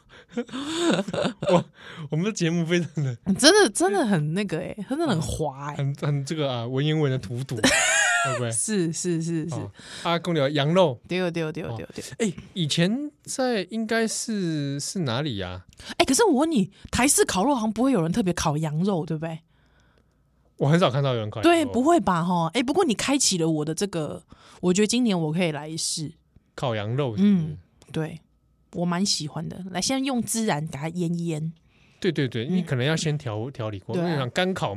A: 我们的节目非常的
B: 真的真的很那个哎、真的很滑哎、
A: 很很这个啊文言文的荼 毒，对不对？
B: 是是是是
A: 哦，阿公聊羊肉，
B: 对对对对对，
A: 哎，以前在应该是是哪里呀？
B: 哎、可是我问你，台式烤肉好像不会有人特别烤羊肉，对不对？
A: 我很少看到哎有人烤羊
B: 对，
A: 肉，
B: 不会吧哈？哎、不过你开启了我的这个，我觉得今年我可以来试，
A: 烤羊肉，
B: 嗯，对。我蛮喜欢的。来，先用孜然给它腌一腌，
A: 对对对，你可能要先调调理过，
B: 嗯对
A: 因
B: 啊
A: 为想干烤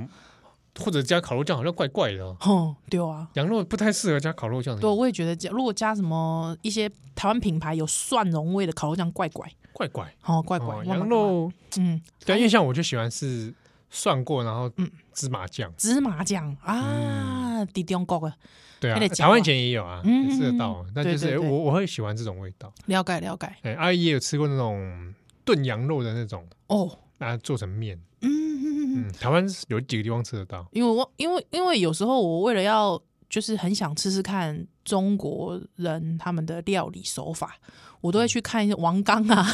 A: 或者加烤肉酱好像怪怪的哦，
B: 哼，对啊。
A: 羊肉不太适合加烤肉酱的，
B: 对，我也觉得加如果加什么一些台湾品牌有蒜蓉味的烤肉酱，怪怪，
A: 怪怪。
B: 哦，怪怪。
A: 哦，
B: 忘了
A: 羊，肉
B: 嗯，
A: 对，啊因为像我就喜欢是涮过，然后
B: 嗯
A: 芝麻酱，
B: 芝麻酱啊，地中国的，
A: 对啊
B: 还，得搅
A: 台湾以前也有啊，
B: 嗯
A: 也吃得到，但就
B: 对
A: 是
B: 对对
A: 我我会喜欢这种味道。
B: 了解了解。
A: 哎，阿姨也有吃过那种炖羊肉的那种，
B: 哦，
A: 把它做成面。
B: 嗯嗯嗯嗯，
A: 嗯，台湾有几个地方吃得 到，
B: 因为我因为因为有时候我为了要就是很想吃吃看中国人他们的料理手法，我都会去看一些王刚啊，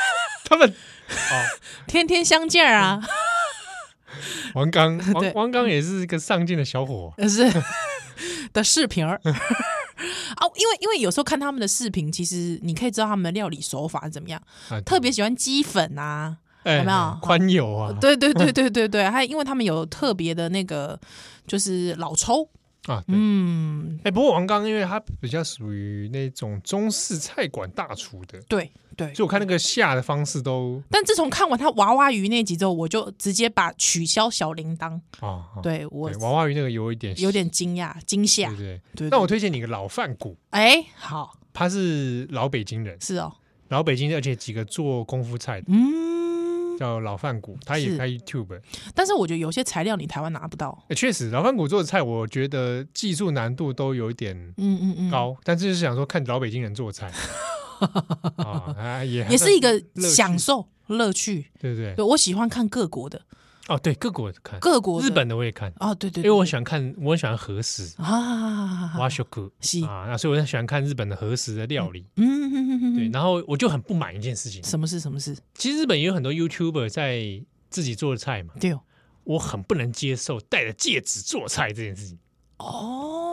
A: 他们哦，
B: 天天相见啊，
A: 王 刚，
B: 对
A: 王王刚也是一个上进的小伙，
B: 呃是的视频儿 啊，因为因为有时候看他们的视频，其实你可以知道他们的料理手法怎么样，
A: 啊
B: 特别喜欢鸡粉啊，
A: 哎
B: 有没哦有
A: 宽油啊？
B: 对对对对对对，还因为他们有特别的那个就是老抽，
A: 啊，对。
B: 嗯，
A: 哎，不过王刚，因为他比较属于那种中式菜馆大厨的，
B: 对对。
A: 所以我看那个下的方式都
B: 但自从看完他娃娃鱼那集之后，我就直接把取消小铃铛。
A: 啊，啊
B: 对我
A: 对娃娃鱼那个有一点
B: 有点惊讶惊
A: 对
B: 吓
A: 不。对？
B: 对，
A: 那
B: 对
A: 我推荐你个老饭骨，
B: 哎，好
A: 他是老北京人，
B: 是哦，
A: 老北京，而且几个做功夫菜的
B: 嗯，
A: 叫老饭骨，他也
B: 是
A: 开 YouTube。
B: 但是我觉得有些材料你台湾拿不到。
A: 哎，确实，老饭骨做的菜，我觉得技术难度都有一点
B: 嗯嗯嗯，
A: 高，但是就是想说看老北京人做 菜啊，啊也
B: 也是一个
A: 乐趣
B: 享受乐趣。
A: 对不对？
B: 对我喜欢看各国的
A: 哦，对，各国的看，
B: 各国的
A: 日本的我也看，
B: 啊，对对，
A: 因
B: 对
A: 为我喜欢看，我很喜欢和食
B: 啊，
A: 哇修库
B: 是
A: 啊，那所以我很喜欢看日本的和食的料理。
B: 嗯嗯嗯嗯
A: 对，
B: 嗯，
A: 然后我就很不满一件事情，
B: 什么事什么事？
A: 其实日本也有很多 YouTuber 在自己做菜嘛，
B: 对哦
A: 我很不能接受戴着戒指做菜这件事情。
B: 哦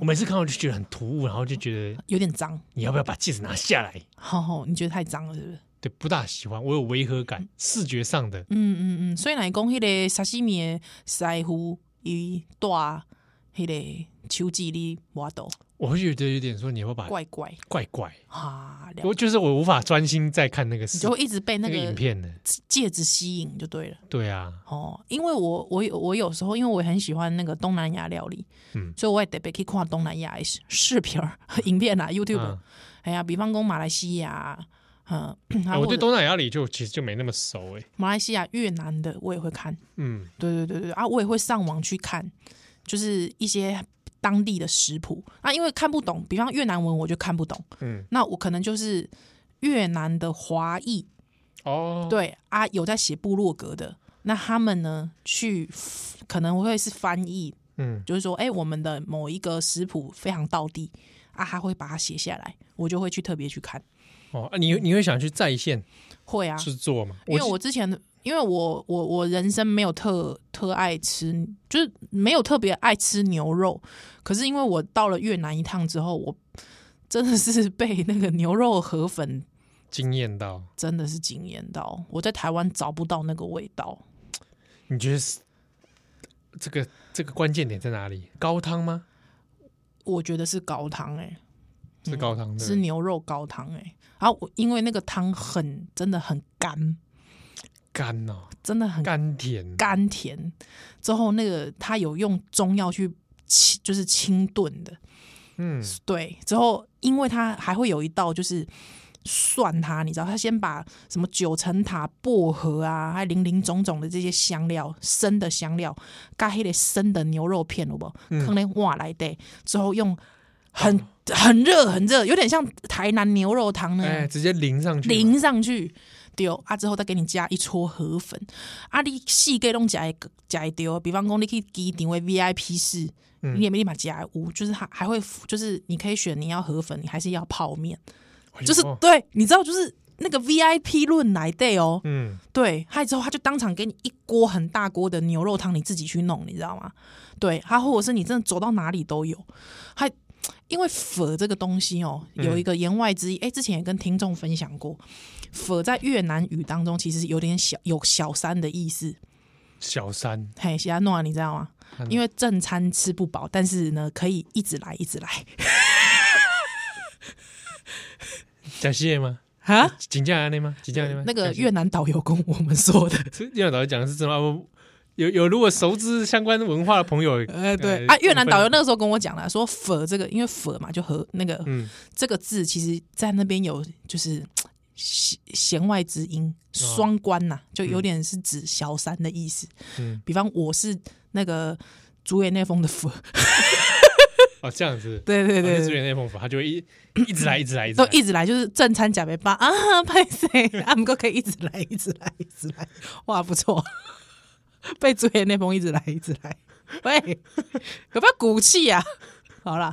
A: 我，每次看到就觉得很突兀，然后就觉得
B: 有点脏，
A: 你要不要把戒指拿下来？
B: 好好，你觉得太脏了是不是？
A: 对，不大喜欢，我有违和感，视觉上的。
B: 嗯嗯嗯，所以来讲，迄个沙西米的师傅伊带迄个手指哩挖到
A: 我会觉得有点说你要不要把
B: 怪怪
A: 怪怪，
B: 啊，了
A: 我就是我无法专心在看那个
B: 你
A: 视
B: 就会一直被那
A: 那个影
B: 个
A: 片的。
B: 戒指吸引就对了
A: 对啊，
B: 哦。因为我我有我有时候因为我很喜欢那个东南亚料理，
A: 嗯
B: 所以我也特别去看东南亚的视视频儿、 影片啊、YouTube。
A: 嗯
B: 哎呀，比方讲马来西亚，嗯，
A: 哎
B: 还
A: 我
B: 有
A: 对东南亚里就其实就没那么熟哎。
B: 马来西亚、越南的我也会看，
A: 嗯，
B: 对对对对啊，我也会上网去看，就是一些当地的食谱啊，因为看不懂，比方越南文我就看不懂，
A: 嗯，
B: 那我可能就是越南的华裔，
A: 哦，
B: 对啊，有在写部落格的，那他们呢去可能会是翻译，
A: 嗯，
B: 就是说，哎、我们的某一个食谱非常道地啊，他会把它写下来，我就会去特别去看，
A: 哦，啊你你会想去在线
B: 会啊，
A: 制作吗？
B: 因为
A: 记
B: 我之前因为我我我人生没有特特爱吃，就是没有特别爱吃牛肉，可是因为我到了越南一趟之后，我真的是被那个牛肉河粉
A: 惊艳到，
B: 真的是惊艳到，我在台湾找不到那个味道。
A: 你觉得是这个这个关键点在哪里？高汤吗？
B: 我觉得是高汤哎、
A: 是高汤对
B: 是
A: 不对，
B: 牛肉高汤哎、然后我因为那个汤很真的很干，
A: 干哦，
B: 真的很
A: 甘甜，
B: 甘甜，之后那个他有用中药去清，就是清炖的，
A: 嗯，
B: 对，之后因为它还会有一道就是蒜它，你知道，它先把什么九层塔、薄荷啊，还有零零总总的这些香料，生的香料，加黑的生的牛肉片，有不？坑在瓦来的，之后用很很热很热，有点像台南牛肉汤那
A: 哎，
B: 样
A: 直接淋上去，
B: 嗯淋上去。丢啊！之后再给你加一撮河粉，啊！你细个拢食会食会丢，比方讲你去机场的 VIP 室，
A: 嗯
B: 你也没立马加五，就是还还会就是你可以选你要河粉，你还是要泡面，
A: 哎呦
B: 就是对，你知道就是那个 VIP 论来的哦，
A: 嗯，
B: 对，还之后他就当场给你一锅很大锅的牛肉汤，你自己去弄，你知道吗？对，他或者是你真的走到哪里都有，还因为粉这个东西哦，有一个言外之意，哎、之前也跟听众分享过，粉在越南语当中其实有点小有小三的意思，
A: 小三
B: 嘿，其他弄啊完你知道吗？因为正餐吃不饱，但是呢，可以一直来，一直来。
A: 小谢吗？
B: 啊，
A: 金价安内吗？金价安内吗？
B: 那个越南导游跟我们说的，
A: 越南导游讲的是真的吗？我有有，如果熟知相关文化的朋友，
B: 哎，对
A: 呃
B: 啊，越南导游那个时候跟我讲了，说“佛”这个，因为“佛”嘛，就和那个
A: 嗯，
B: 这个字，其实在那边有就是弦弦外之
A: 哦
B: 音，双关呐、就有点是指小三的意思。
A: 嗯
B: 比方我是那个竹野内丰的佛，
A: 哦，这样子，
B: 对对
A: 对
B: 对
A: 资
B: 对。
A: 源那封法，他 就会一一直来，一直来，一直
B: 都
A: 来。
B: 一直来就是正餐假没办 啊，拍谁啊？不过可以一直来，一直来，一直来，哇，不错， 被竹野内丰一直来，一直来， 喂，有没有骨气呀、啊？ 好啦，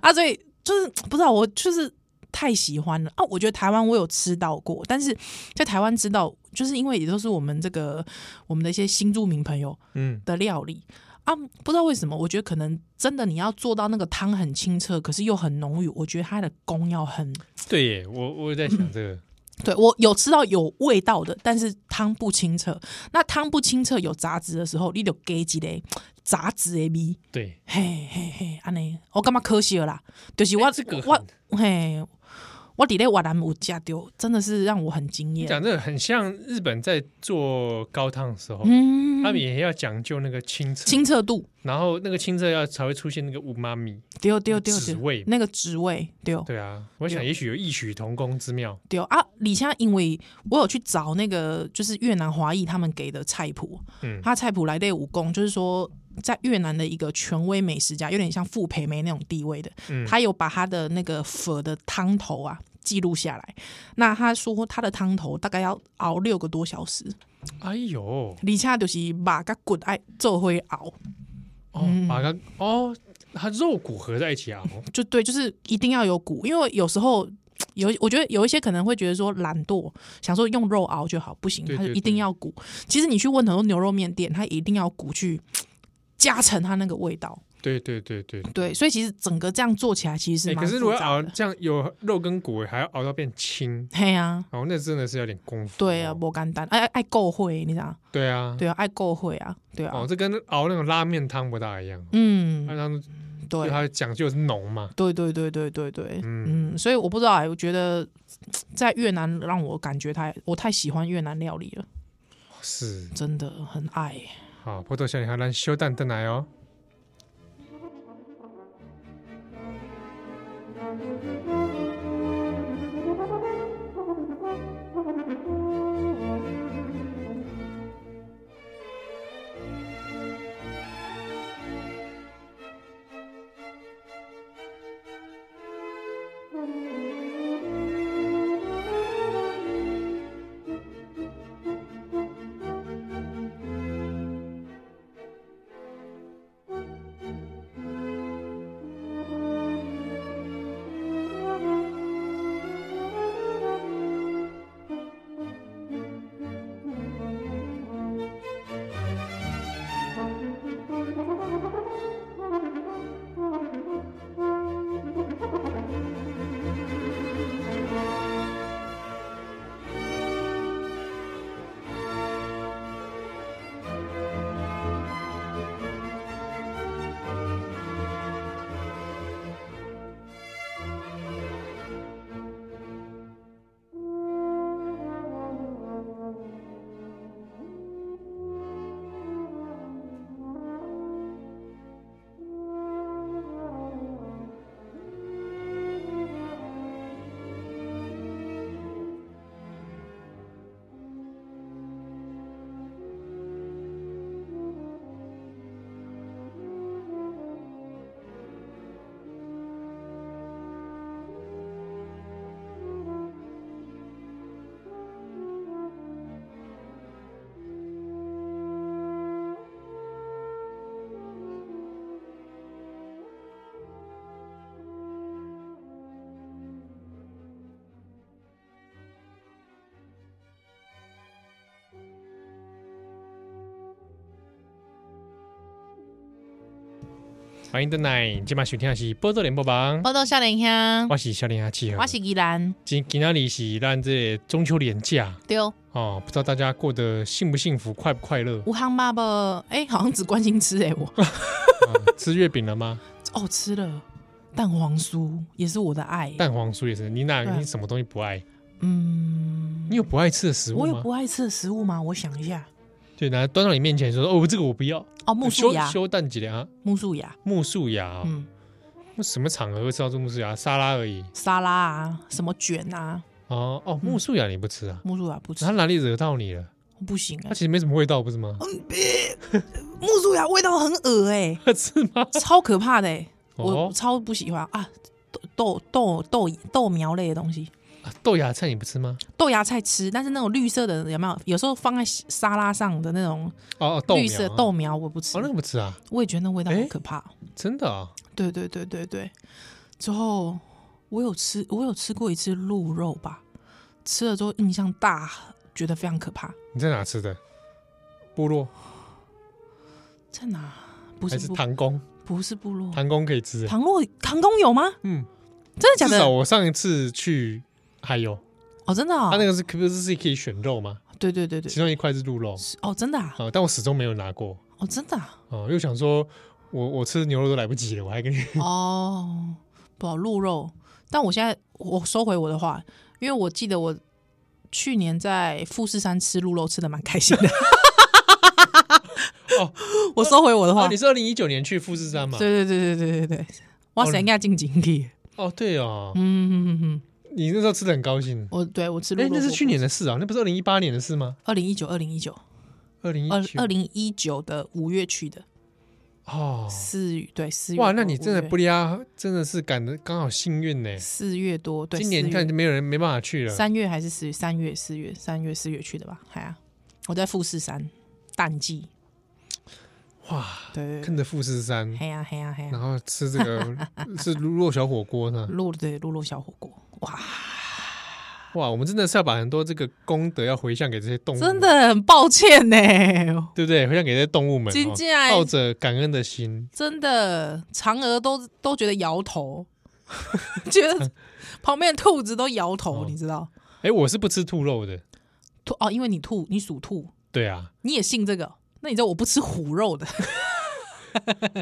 B: 啊，所以就是不知道，我就是太喜欢了啊！我觉得台湾我有吃到过，但是在台湾吃到，就是因为也都是我们这个我们的一些新住民朋友
A: 嗯，
B: 的料理啊，不知道为什么，我觉得可能真的你要做到那个汤很清澈，可是又很浓郁，我觉得它的功要很
A: 对耶，我我也在想这个，
B: 对我有吃到有味道的，但是汤不清澈。那汤不清澈有杂质的时候，你就给一个杂质的味。
A: 对，
B: 嘿嘿嘿，安尼，我感觉可惜了啦。就是我、
A: 这个很
B: 我嘿，我伫咧越南有食到，真的是让我很惊艳。
A: 讲这个很像日本在做高汤的时候，
B: 嗯
A: 他们也要讲究那个清澈，
B: 清澈度，
A: 然后那个清澈要才会出现那个五妈咪。
B: 对对对
A: 滋味
B: 对，那个滋味，对
A: 对啊，我想也许有异曲同工之妙。
B: 对啊。而且因为我有去找那个就是越南华裔他们给的菜谱，
A: 嗯
B: 他菜谱来的武功就是说。在越南的一个权威美食家，有点像傅培梅那种地位的，
A: 嗯
B: 他有把他的那个粉的汤头啊记录下来。那他说他的汤头大概要熬六个多小时，
A: 哎呦，
B: 而且就是把甲骨爱做会熬，嗯
A: 哦，把它哦，它肉骨合在一起啊哦熬，
B: 就对，就是一定要有骨，因为有时候。有，我觉得有一些可能会觉得说懒惰，想说用肉熬就好，不行，
A: 对
B: 它就
A: 对
B: 一定要骨。其实你去问很多牛肉面店，它一定要骨去加成它那个味道。
A: 对对对对。
B: 对，所以其实整个这样做起来其实
A: 哎，
B: 是蛮
A: 可是如果要
B: 复杂
A: 熬
B: 的。
A: 这样有肉跟骨，还要熬到变轻，
B: 嘿啊，
A: 哦，那真的是有点功夫。哦
B: 对啊，，不简单，爱爱爱够会，你知道？
A: 对啊，
B: 对啊，爱够会啊，对啊，
A: 哦，这跟熬那种拉面汤不大一样。哦啊
B: 嗯
A: 那，汤
B: 对
A: 对，它讲究是浓嘛，
B: 对对对对对对，
A: 嗯
B: 嗯所以我不知道哎、我觉得在越南让我感觉太，我太喜欢越南料理了，
A: 是
B: 真的很爱、
A: 好。波多小女孩，咱修蛋蛋来哦。欢迎蛋奶，今晚收听的是波多联播榜，
B: 报道夏莲香，
A: 我是小林阿七儿
B: 嗯我。是宜兰，
A: 今今天里是让这个中秋连假
B: 对哦，？
A: 哦，不知道大家过得幸不幸福、快不快乐哦
B: 武汉妈不，哎、好像只关心吃哎、我
A: 啊吃月饼了吗？
B: 哦吃了蛋黄酥也是我的爱，
A: 蛋黄酥也是，你哪
B: 对啊
A: 你什么东西不爱？
B: 嗯，
A: 你有不爱吃的食物
B: 我有
A: 吗
B: 不？爱吃的食物吗？我想一下，
A: 对，拿端到你面前说：“哦，这个我不要。”
B: 哦，木
A: 修
B: 树芽，
A: 修蛋几两？啊
B: 木树芽，
A: 木树芽哦、
B: 嗯，
A: 那什么场合会吃到这木树芽？沙拉而已。
B: 沙拉啊，什么卷啊，
A: 哦哦，木树芽你不吃啊？
B: 木树芽不吃
A: 它，哪里惹到你了？
B: 不行
A: 它
B: 哎、
A: 其实没什么味道，不是吗？
B: 木树芽味道很恶哎、
A: 是吗？
B: 超可怕的哎、我
A: 哦，
B: 超不喜欢啊，豆豆豆豆豆苗类的东西。
A: 啊豆芽菜你不吃吗？
B: 豆芽菜吃，但是那种绿色的有没有？有时候放在沙拉上的那种
A: 哦，哦豆
B: 绿色
A: 苗
B: 豆苗，我不吃。
A: 哦，那个不吃啊？
B: 我也觉得那味道好
A: 诶
B: 可怕。
A: 真的啊？
B: 对对对对对。之后我有吃，我有吃过一次鹿肉吧，吃了之后印象大，觉得非常可怕。
A: 你在哪吃的？部落
B: 在哪？啊不
A: 还
B: 是
A: 是
B: 部，
A: 唐宫？
B: 不是部落。
A: 唐宫可以吃欸。
B: 唐洛唐宫有吗？
A: 嗯，
B: 真的假
A: 至少
B: 的？
A: 我上一次去还有，
B: 哦，真的
A: 它
B: 哦。
A: 那个是可不是是可以选肉吗？
B: 对对对对
A: 其，中一块是鹿肉，
B: 是哦，真的啊，
A: 啊，但我始终没有拿过，
B: 哦，真的啊，
A: 啊，又想说我我吃牛肉都来不及了，我还跟你
B: 哦，不好鹿肉。但我现在我收回我的话，因为我记得我去年在富士山吃鹿肉吃的蛮开心的。
A: 哦，
B: 我收回我的 话，
A: 啊，你是二零一九年去富士山嘛？
B: 对对对对对对对，哇塞，
A: 哦
B: 应该进景体。
A: 哦，对哦，
B: 嗯嗯嗯嗯，
A: 你那时候吃的很高兴。
B: 我对我吃鹿
A: 哎
B: 肉，
A: 那是去年的事啊，那不是二零一八年的事吗？
B: 二零一九二零一九
A: 二零一
B: 哦二二零一九的五月去的
A: 哦，
B: 四对四月多
A: 哇，那你真的
B: 五月
A: 不呀，真的是赶的刚好幸运呢。
B: 四月多对，
A: 今年
B: 四
A: 你
B: 月
A: 看就没有人没办法去了。
B: 三月还是四月？三月四月三月四月去的吧？哎呀，我在富士山淡季，
A: 哇，
B: 对对对，
A: 看着富士山，
B: 嘿啊呀嘿呀嘿
A: 然
B: 呀，
A: 后吃这个 是鹿肉小火锅呢。
B: 鹿对鹿肉小火锅，哇，
A: 哇，我们真的是要把很多这个功德要回向给这些动物，
B: 真，的很抱歉呢、
A: 对不对？回向给这些动物们，
B: 今
A: 哦
B: 进来
A: 抱着感恩的心，
B: 真的，嫦娥都都觉得摇头， 觉得旁边的兔子都摇
A: 哦
B: 头，你知道？
A: 哎，我是不吃兔肉的，
B: 兔哦，因为你兔，你属兔，
A: 对啊，
B: 你也信这个。那你知道我不吃虎肉的，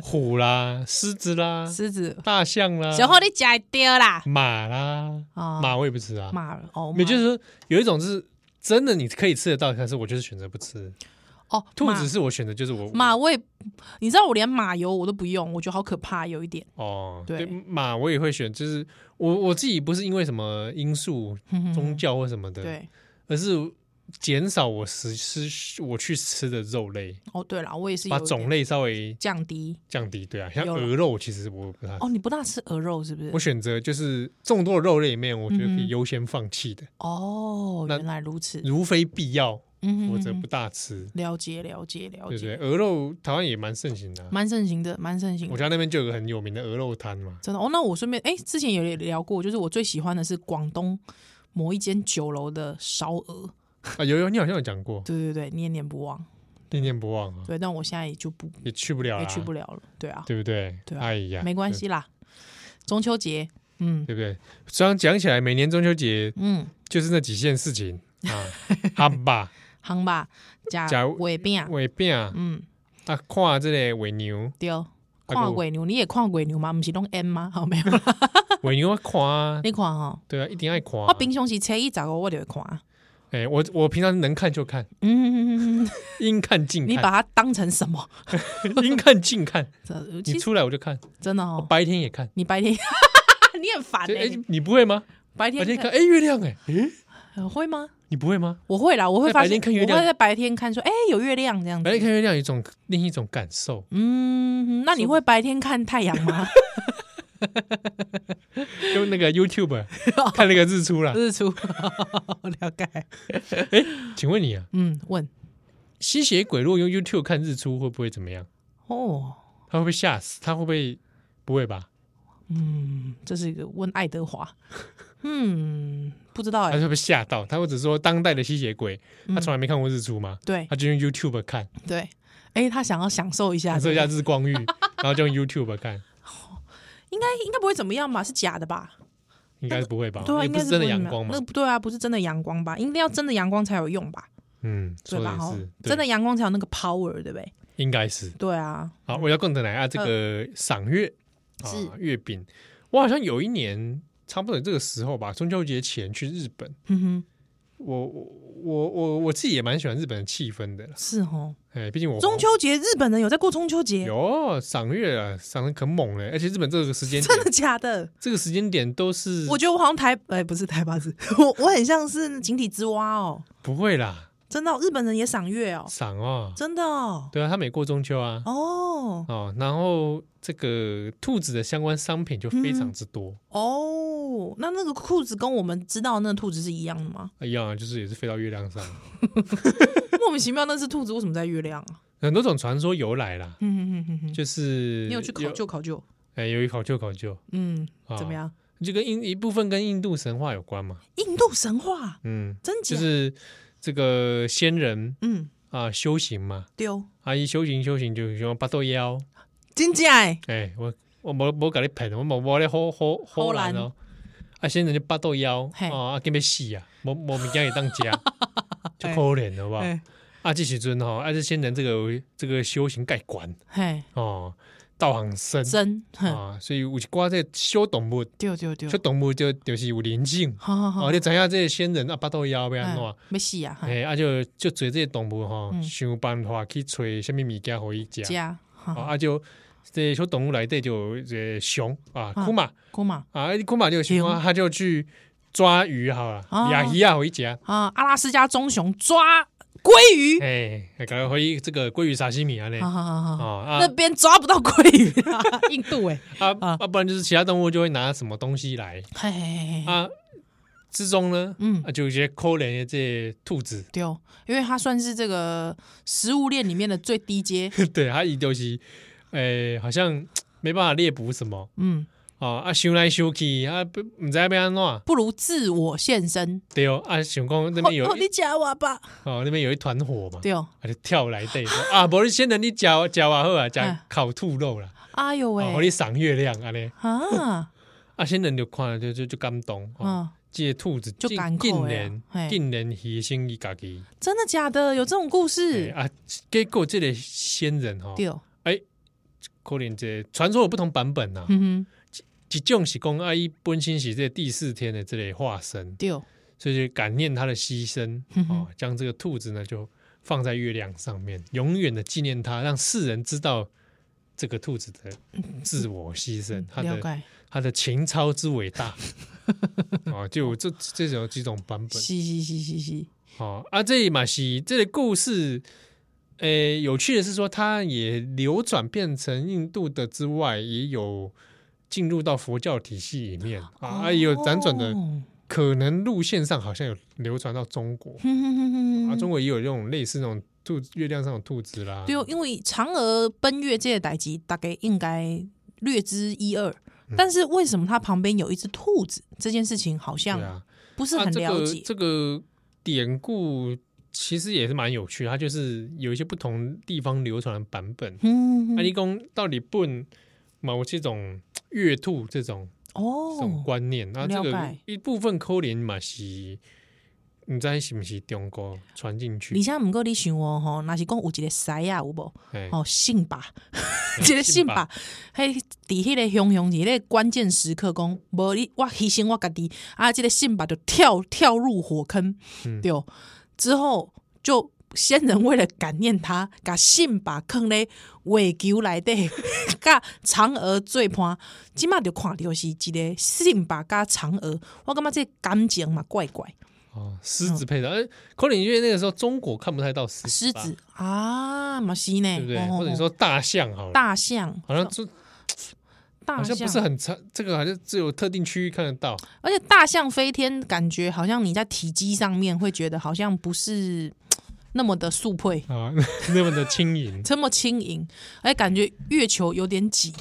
A: 虎啦、狮子啦、
B: 嗯狮子，
A: 大象啦、
B: 小后你假丢啦
A: 马啦，
B: 啊，
A: 马我也不吃啊。
B: 马儿哦，
A: 也就
B: 马
A: 是说，有一种是真的你可以吃得到，但是我就是选择不吃。
B: 哦，
A: 兔
B: 马
A: 子是我选择，就是我
B: 马我也，你知道我连马油我都不用，我觉得好可怕，有一点。
A: 哦，
B: 对
A: 对马我也会选，就是我我自己不是因为什么因素、宗教或什么的，，
B: 嗯对，
A: 而是减少我食吃我去吃的肉类，
B: 哦对了，我也是有
A: 把
B: 一点
A: 种类稍微
B: 降低。
A: 降低。对啊，像
B: 有了
A: 鹅肉，其实我不太。
B: 哦，你不大吃鹅肉是不
A: 我
B: 是？
A: 选择就是众多的肉类里面，我觉得可
B: 嗯
A: 以
B: 哼
A: 优先放弃的，
B: 哦，
A: 那
B: 原来如此。
A: 如非必要，
B: 嗯
A: 我则
B: 嗯嗯
A: 不大吃。
B: 了解了解了
A: 对不对？
B: 解，
A: 鹅肉台湾也蛮盛行的啊、
B: 蛮盛行的，蛮盛行的
A: 我。家那边就有个很有名的鹅肉摊嘛。
B: 真的哦，那我顺便哎，之前有聊过，就是我最喜欢的是广东某一间酒楼的烧鹅，
A: 啊，有有，你好像有讲过，
B: 对对对，念念不忘。
A: 念念不忘啊，
B: 对，但我现在也就不
A: 也去不了
B: 也
A: 啦，
B: 去不了了，对啊，
A: 对不对？啊
B: 对啊
A: 哎呀，
B: 没关系啦，中秋节，嗯
A: 对，对不对？虽然讲起来，每年中秋节
B: 嗯，
A: 就是那几件事情 啊，哈巴、
B: 行吧，加
A: 吃
B: 尾饼啊，
A: 尾饼啊，
B: 嗯，
A: 啊，看这个尾牛，啊
B: 对哦。
A: 还
B: 看
A: 有
B: 鬼牛，你也看鬼牛吗？不是弄 M 吗？ 好没有啦，
A: 尾牛要看啊，
B: 你看 哦，
A: 对啊，一定爱看啊。
B: 我平常是初一十五我就会看，
A: 哎，我我平常能看就看，
B: 嗯，
A: 应看尽
B: 你
A: 看
B: 把，它当成什么？
A: 应看尽看。
B: 这
A: 你
B: 其实
A: 出来我就看，
B: 真的哦，
A: 白天也看。
B: 你白天 你很烦
A: 就
B: 哎
A: 哎，，你不会吗？
B: 白
A: 白
B: 天
A: 天
B: 看
A: 看，哎，月亮，哎，哎，
B: 呃会吗？
A: 你不会吗？
B: 我会啦，我会
A: 在
B: 发
A: 白
B: 现，
A: 天看月亮
B: 我会在白天看说，哎、有月亮这样子。
A: 白天看月亮有一种另一种感受，
B: 嗯，那你会白天看太阳 吗？
A: 用那个 YouTube 看那个日出啦。
B: 日出，了解。
A: 请问你啊，
B: 嗯，问
A: 吸血鬼如果用 YouTube 看日出会不会怎么样？
B: 哦，
A: 他会不会吓死？他会不会不会吧？
B: 嗯，这是一个问爱德华。嗯，不知道
A: 他会
B: 哎、
A: 不会吓到？他或者说当代的吸血鬼，他从来没看过日出嘛，
B: 嗯对
A: 他就用 YouTube 看，
B: 对，哎、他想要享受一下，
A: 感受一下
B: 对不对，啊
A: 日光浴， 然后就用 YouTube 看，
B: 应该应该不会怎么样吧？是假的吧？
A: 应该是不会吧？
B: 对啊，
A: 也
B: 应
A: 不
B: 该
A: 是真的
B: 不会怎
A: 阳
B: 么样
A: 光嘛
B: 那。不对啊，不是真的阳光吧？一定要真的阳光才有用吧？
A: 嗯，
B: 对
A: 说的
B: 吧？
A: 也
B: 哦
A: 是，，对
B: 真的阳光才有那个 power，对不对？
A: 应该是。
B: 对啊，
A: 好，我要共同来啊，这个赏月啊
B: 嗯是
A: 月饼，我好像有一年差不多这个时候吧，中秋节前去日本，
B: 哼哼，
A: 我我我我我自己也蛮喜欢日本的气氛的啦。
B: 是哦。
A: 哎，毕竟我
B: 中秋节日本人有在过中秋节，
A: 有赏月啊，赏的可猛了，而且日本这个时间点
B: 真的假的？
A: 这个时间点都是
B: 我觉得我好像台哎、不是台巴子， 我我很像是井底之蛙哦，
A: 不会啦，
B: 真的哦、日本人也赏月哦，
A: 赏哦，
B: 真的哦，
A: 对啊，他们也过中秋啊，
B: 哦
A: 哦，然后这个兔子的相关商品就非
B: 嗯
A: 常之多，
B: 哦，那那个裤子跟我们知道的那个兔子是一样的吗？
A: 一样啊，就是也是飞到月亮上，
B: 莫名其妙，那只兔子为什么在月亮啊？
A: 很多种传说由来啦，
B: 嗯哼哼哼哼，
A: 就是
B: 你有去考究考究？
A: 哎，有一考究考究，
B: 嗯，
A: 啊
B: 怎么样？
A: 就跟印一部分跟印度神话有关嘛，
B: 印度神话
A: 嗯，
B: 真假？
A: 就是这个仙人
B: 嗯，
A: 啊、修行嘛，
B: 丢
A: 啊一修行修行就用八豆腰，
B: 真假哎，
A: 哎，我我无无甲你骗，我无无咧好好好难哦。啊，先人就八豆腰
B: 嘿
A: 哦，啊，计要死啊，无无物件会当 食，就可怜了好不好？
B: 哎
A: 啊，这时阵吼，啊，这仙人这个这个修行盖管
B: 嘿，
A: 哦，道行深
B: 真哼，
A: 啊，所以有一寡这小动物，
B: 丢丢丢
A: 小，动物就就是有灵性
B: 好好好
A: 哦，，你知影这个仙人啊，八豆腰要安怎？
B: 没戏啊，嘿
A: 哎，啊就就找这些动物吼，
B: 嗯
A: 想办法去找什么物件互伊食，
B: 家哈
A: 哦
B: 哈
A: 啊就这小动物内底就有这熊啊，
B: 啊
A: 库玛。
B: 姑妈
A: 啊，库玛就有熊啊，他就去抓鱼好了，
B: 哦
A: 亚鱼啊回家，
B: 啊，阿拉斯加棕熊抓鲑鱼，
A: 哎，赶快回这个鲑鱼沙西米啊嘞，
B: 好好好好，
A: 哦
B: 那边抓不到鲑鱼啊，印度哎，
A: 啊啊啊，不然就是其他动物就会拿什么东西来
B: 嘿嘿嘿嘿，
A: 啊，之中呢，
B: 嗯
A: 啊，就有一些抠人的这些兔子，
B: 丢，因为它算是这个食物链里面的最低阶，
A: 对，它一丢是，哎，好像没办法猎捕什么
B: 嗯，
A: 啊，啊修来修去啊，不唔知道要安怎
B: 不如自我献身。
A: 对哦，啊想讲那
B: 哦
A: 边有
B: 哦，
A: 一
B: 你夹我吧，
A: 哦那边有一团火嘛，
B: 丢，
A: 他就跳来对说啊，不是先人你嚼嚼啊好啊，嚼
B: 哎
A: 烤兔肉啦。
B: 哎呦
A: 哦，你
B: 喂，
A: 赏月亮安尼，
B: 啊，
A: 啊，仙人就看了就就就感动，哦，
B: 嗯，
A: 这个兔子
B: 就
A: 竟
B: 艰苦
A: 竟
B: 的啊
A: 然
B: 嘿
A: 竟然牺牲伊家己，
B: 真的假的？有这种故
A: 嘿
B: 事？
A: 啊，结果这个仙人吼，
B: 丢，
A: 可能这传说有不同版本啊呐，
B: 嗯哼，
A: 一种是讲啊，伊本身是这第四天的这类化身，
B: 丢，
A: 所以就感念他的牺牲
B: 嗯，哼
A: 哦，将这个兔子呢就放在月亮上面，永远的纪念他，让世人知道这个兔子的自我牺牲，他
B: 嗯了
A: 的
B: 解，
A: 他的情操之伟 大啊，就有这这种几种版本
B: 是是是是是，
A: 啊啊，这嘛是这个故事，诶、有趣的是说，它也流转变成印度的之外，也有进入到佛教体系里面啊，啊也有辗转的啊
B: 哦
A: 可能路线上好像有流传到中国
B: 哼嗯哼哼哼
A: 啊，
B: 哼
A: 中国也有这种类似那种兔月亮上有兔子啦，
B: 对哦，因为嫦娥奔月这个代际大概应该略知一二，
A: 嗯
B: 但是为什么它旁边有一只兔子这件事情好
A: 对
B: 像
A: 啊，
B: 不是
A: 啊，
B: 很
A: 这
B: 了
A: 个
B: 解？
A: 这个典故其实也是蛮有趣的，它就是有一些不同地方流传的版本。
B: 嗯，
A: 阿
B: 嗯
A: 利公啊到底笨某这种呃月兔这种这种
B: 哦，
A: 观念，那、这
B: 了
A: 个
B: 解
A: 一部分扣连嘛是，你知道是不是中国传进去
B: 而？且毋过你想哦，吼，若是讲有一个狮啊，有无？
A: 哎
B: 哦，信吧， 一个信吧，嘿，伫迄个汹汹迄个关键时刻讲，无你我牺牲我家己啊，这个信吧就跳跳入火坑，
A: 嗯
B: 对，哦之后就先人为了感念他，甲信吧坑咧月球内底， 甲嫦娥做伴，即马就看到是一个信吧甲嫦娥，我感觉这感情嘛怪怪，
A: 哦，狮子配的，而扣连因为那个时候中国看不太到狮
B: 狮
A: 吧，
B: 子啊，嘛是呢，
A: 对不对？
B: 哦
A: 或者你说大象好了，
B: 大象，
A: 好像这
B: 大
A: 好
B: 象
A: 像不是很常，这个好像只有特定区域看得到。
B: 而且大象飞天，感觉好像你在体积上面会觉得好像不是嘖那么的速配，
A: 啊， 那么的轻盈
B: 这么轻盈，而且感觉月球有点挤、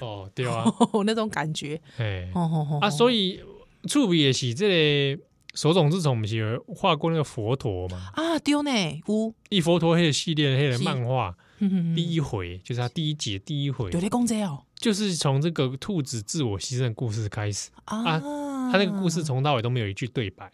A: 哦，对啊，
B: 那种感觉。
A: 哎
B: 哦吼吼
A: 啊，所
B: 以
A: 以触笔也是这个手冢治虫不是有画过那个佛陀嘛？
B: 啊丢呢 呜，
A: 一佛陀黑的系列黑的漫画
B: 哼哼
A: 第
B: 哼
A: 一回，就是他第一节第一回
B: 有，在讲这哦
A: 就是从这个兔子自我牺牲的故事开始，
B: 啊，
A: 他那个故事从到尾都没有一句对白，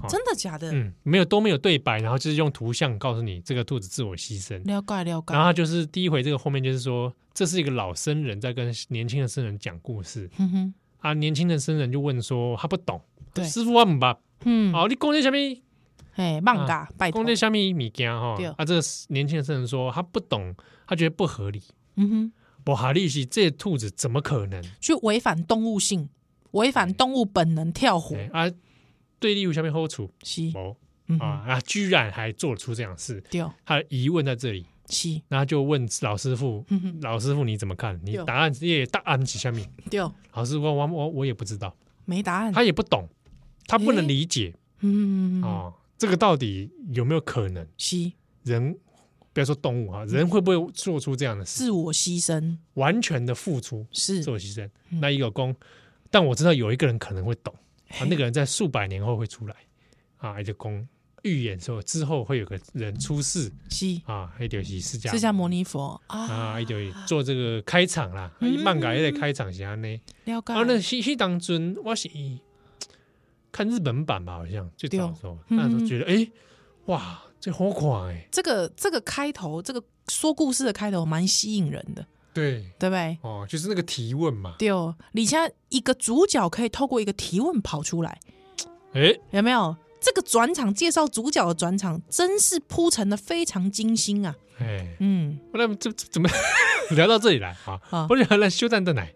B: 啊真的假的？
A: 嗯，没有都没有对白，然后就是用图像告诉你这个兔子自我牺牲。
B: 了解了解
A: 然，后他就是
B: 嗯
A: 第一回这个后面就是说，这是一个老僧人在跟年轻的僧人讲故事，
B: 哼哼
A: 啊，年轻的僧人就问说他不懂，
B: 对
A: 师傅我唔捌，
B: 嗯，
A: 哦，你讲这什么？
B: 哎，漫嘎，拜托
A: 讲，这什么物件哈
B: 对？
A: 啊，这个年轻的僧人说他不懂，他觉得不合理，
B: 嗯哼，
A: 不合理是这兔子怎么可能？
B: 去违反动物性，违反动物本能跳火，
A: 哎啊，对立有下面后处
B: 是，
A: 哦
B: 嗯
A: 啊
B: 哼，
A: 啊，居然还做出这样的事，
B: 对，
A: 他的疑问在这里，
B: 是，
A: 然后就问老师傅，
B: 嗯哼，
A: 老师傅你怎么看？你
B: 对
A: 答案也答案是下面，
B: 对，
A: 老师傅我我我也不知道，
B: 没答案，
A: 他也不懂，他不能
B: 嗯诶
A: 理解
B: 嗯，
A: 哦，这个到底有没有可能？
B: 是
A: 人不要说动物哈，哦
B: 嗯
A: 人会不会做出这样的事？
B: 自我牺牲，
A: 完全的付出，
B: 是
A: 自，我牺牲。
B: 嗯
A: 那一个公，但我知道有一个人可能会懂啊，那个人在数百年后会出来啊，一个公预言说之后会有个人出世
B: 是，
A: 啊，还有是释迦
B: 释迦牟尼佛啊，
A: 啊，一有做这个开场啦，啊
B: 嗯
A: 漫改也得开场是安呢。
B: 了解，
A: 啊，那西西当尊我是看日本版吧，好像最早的时候，
B: 对哦嗯
A: 那时候觉得哎、诶哇，这好款哎、
B: 这个这个开头，这个说故事的开头蛮吸引人的，
A: 对。
B: 对不对？
A: 哦，就是那个提问嘛，
B: 对，而且一个主角可以透过一个提问跑出来，
A: 哎，
B: 有没有？这个转场介绍主角的转场，真是铺陈的非常精心啊！
A: 哎，
B: 嗯，
A: 那么这这怎么 聊到这里来啊
B: 啊？
A: 我就来修蛋蛋奶，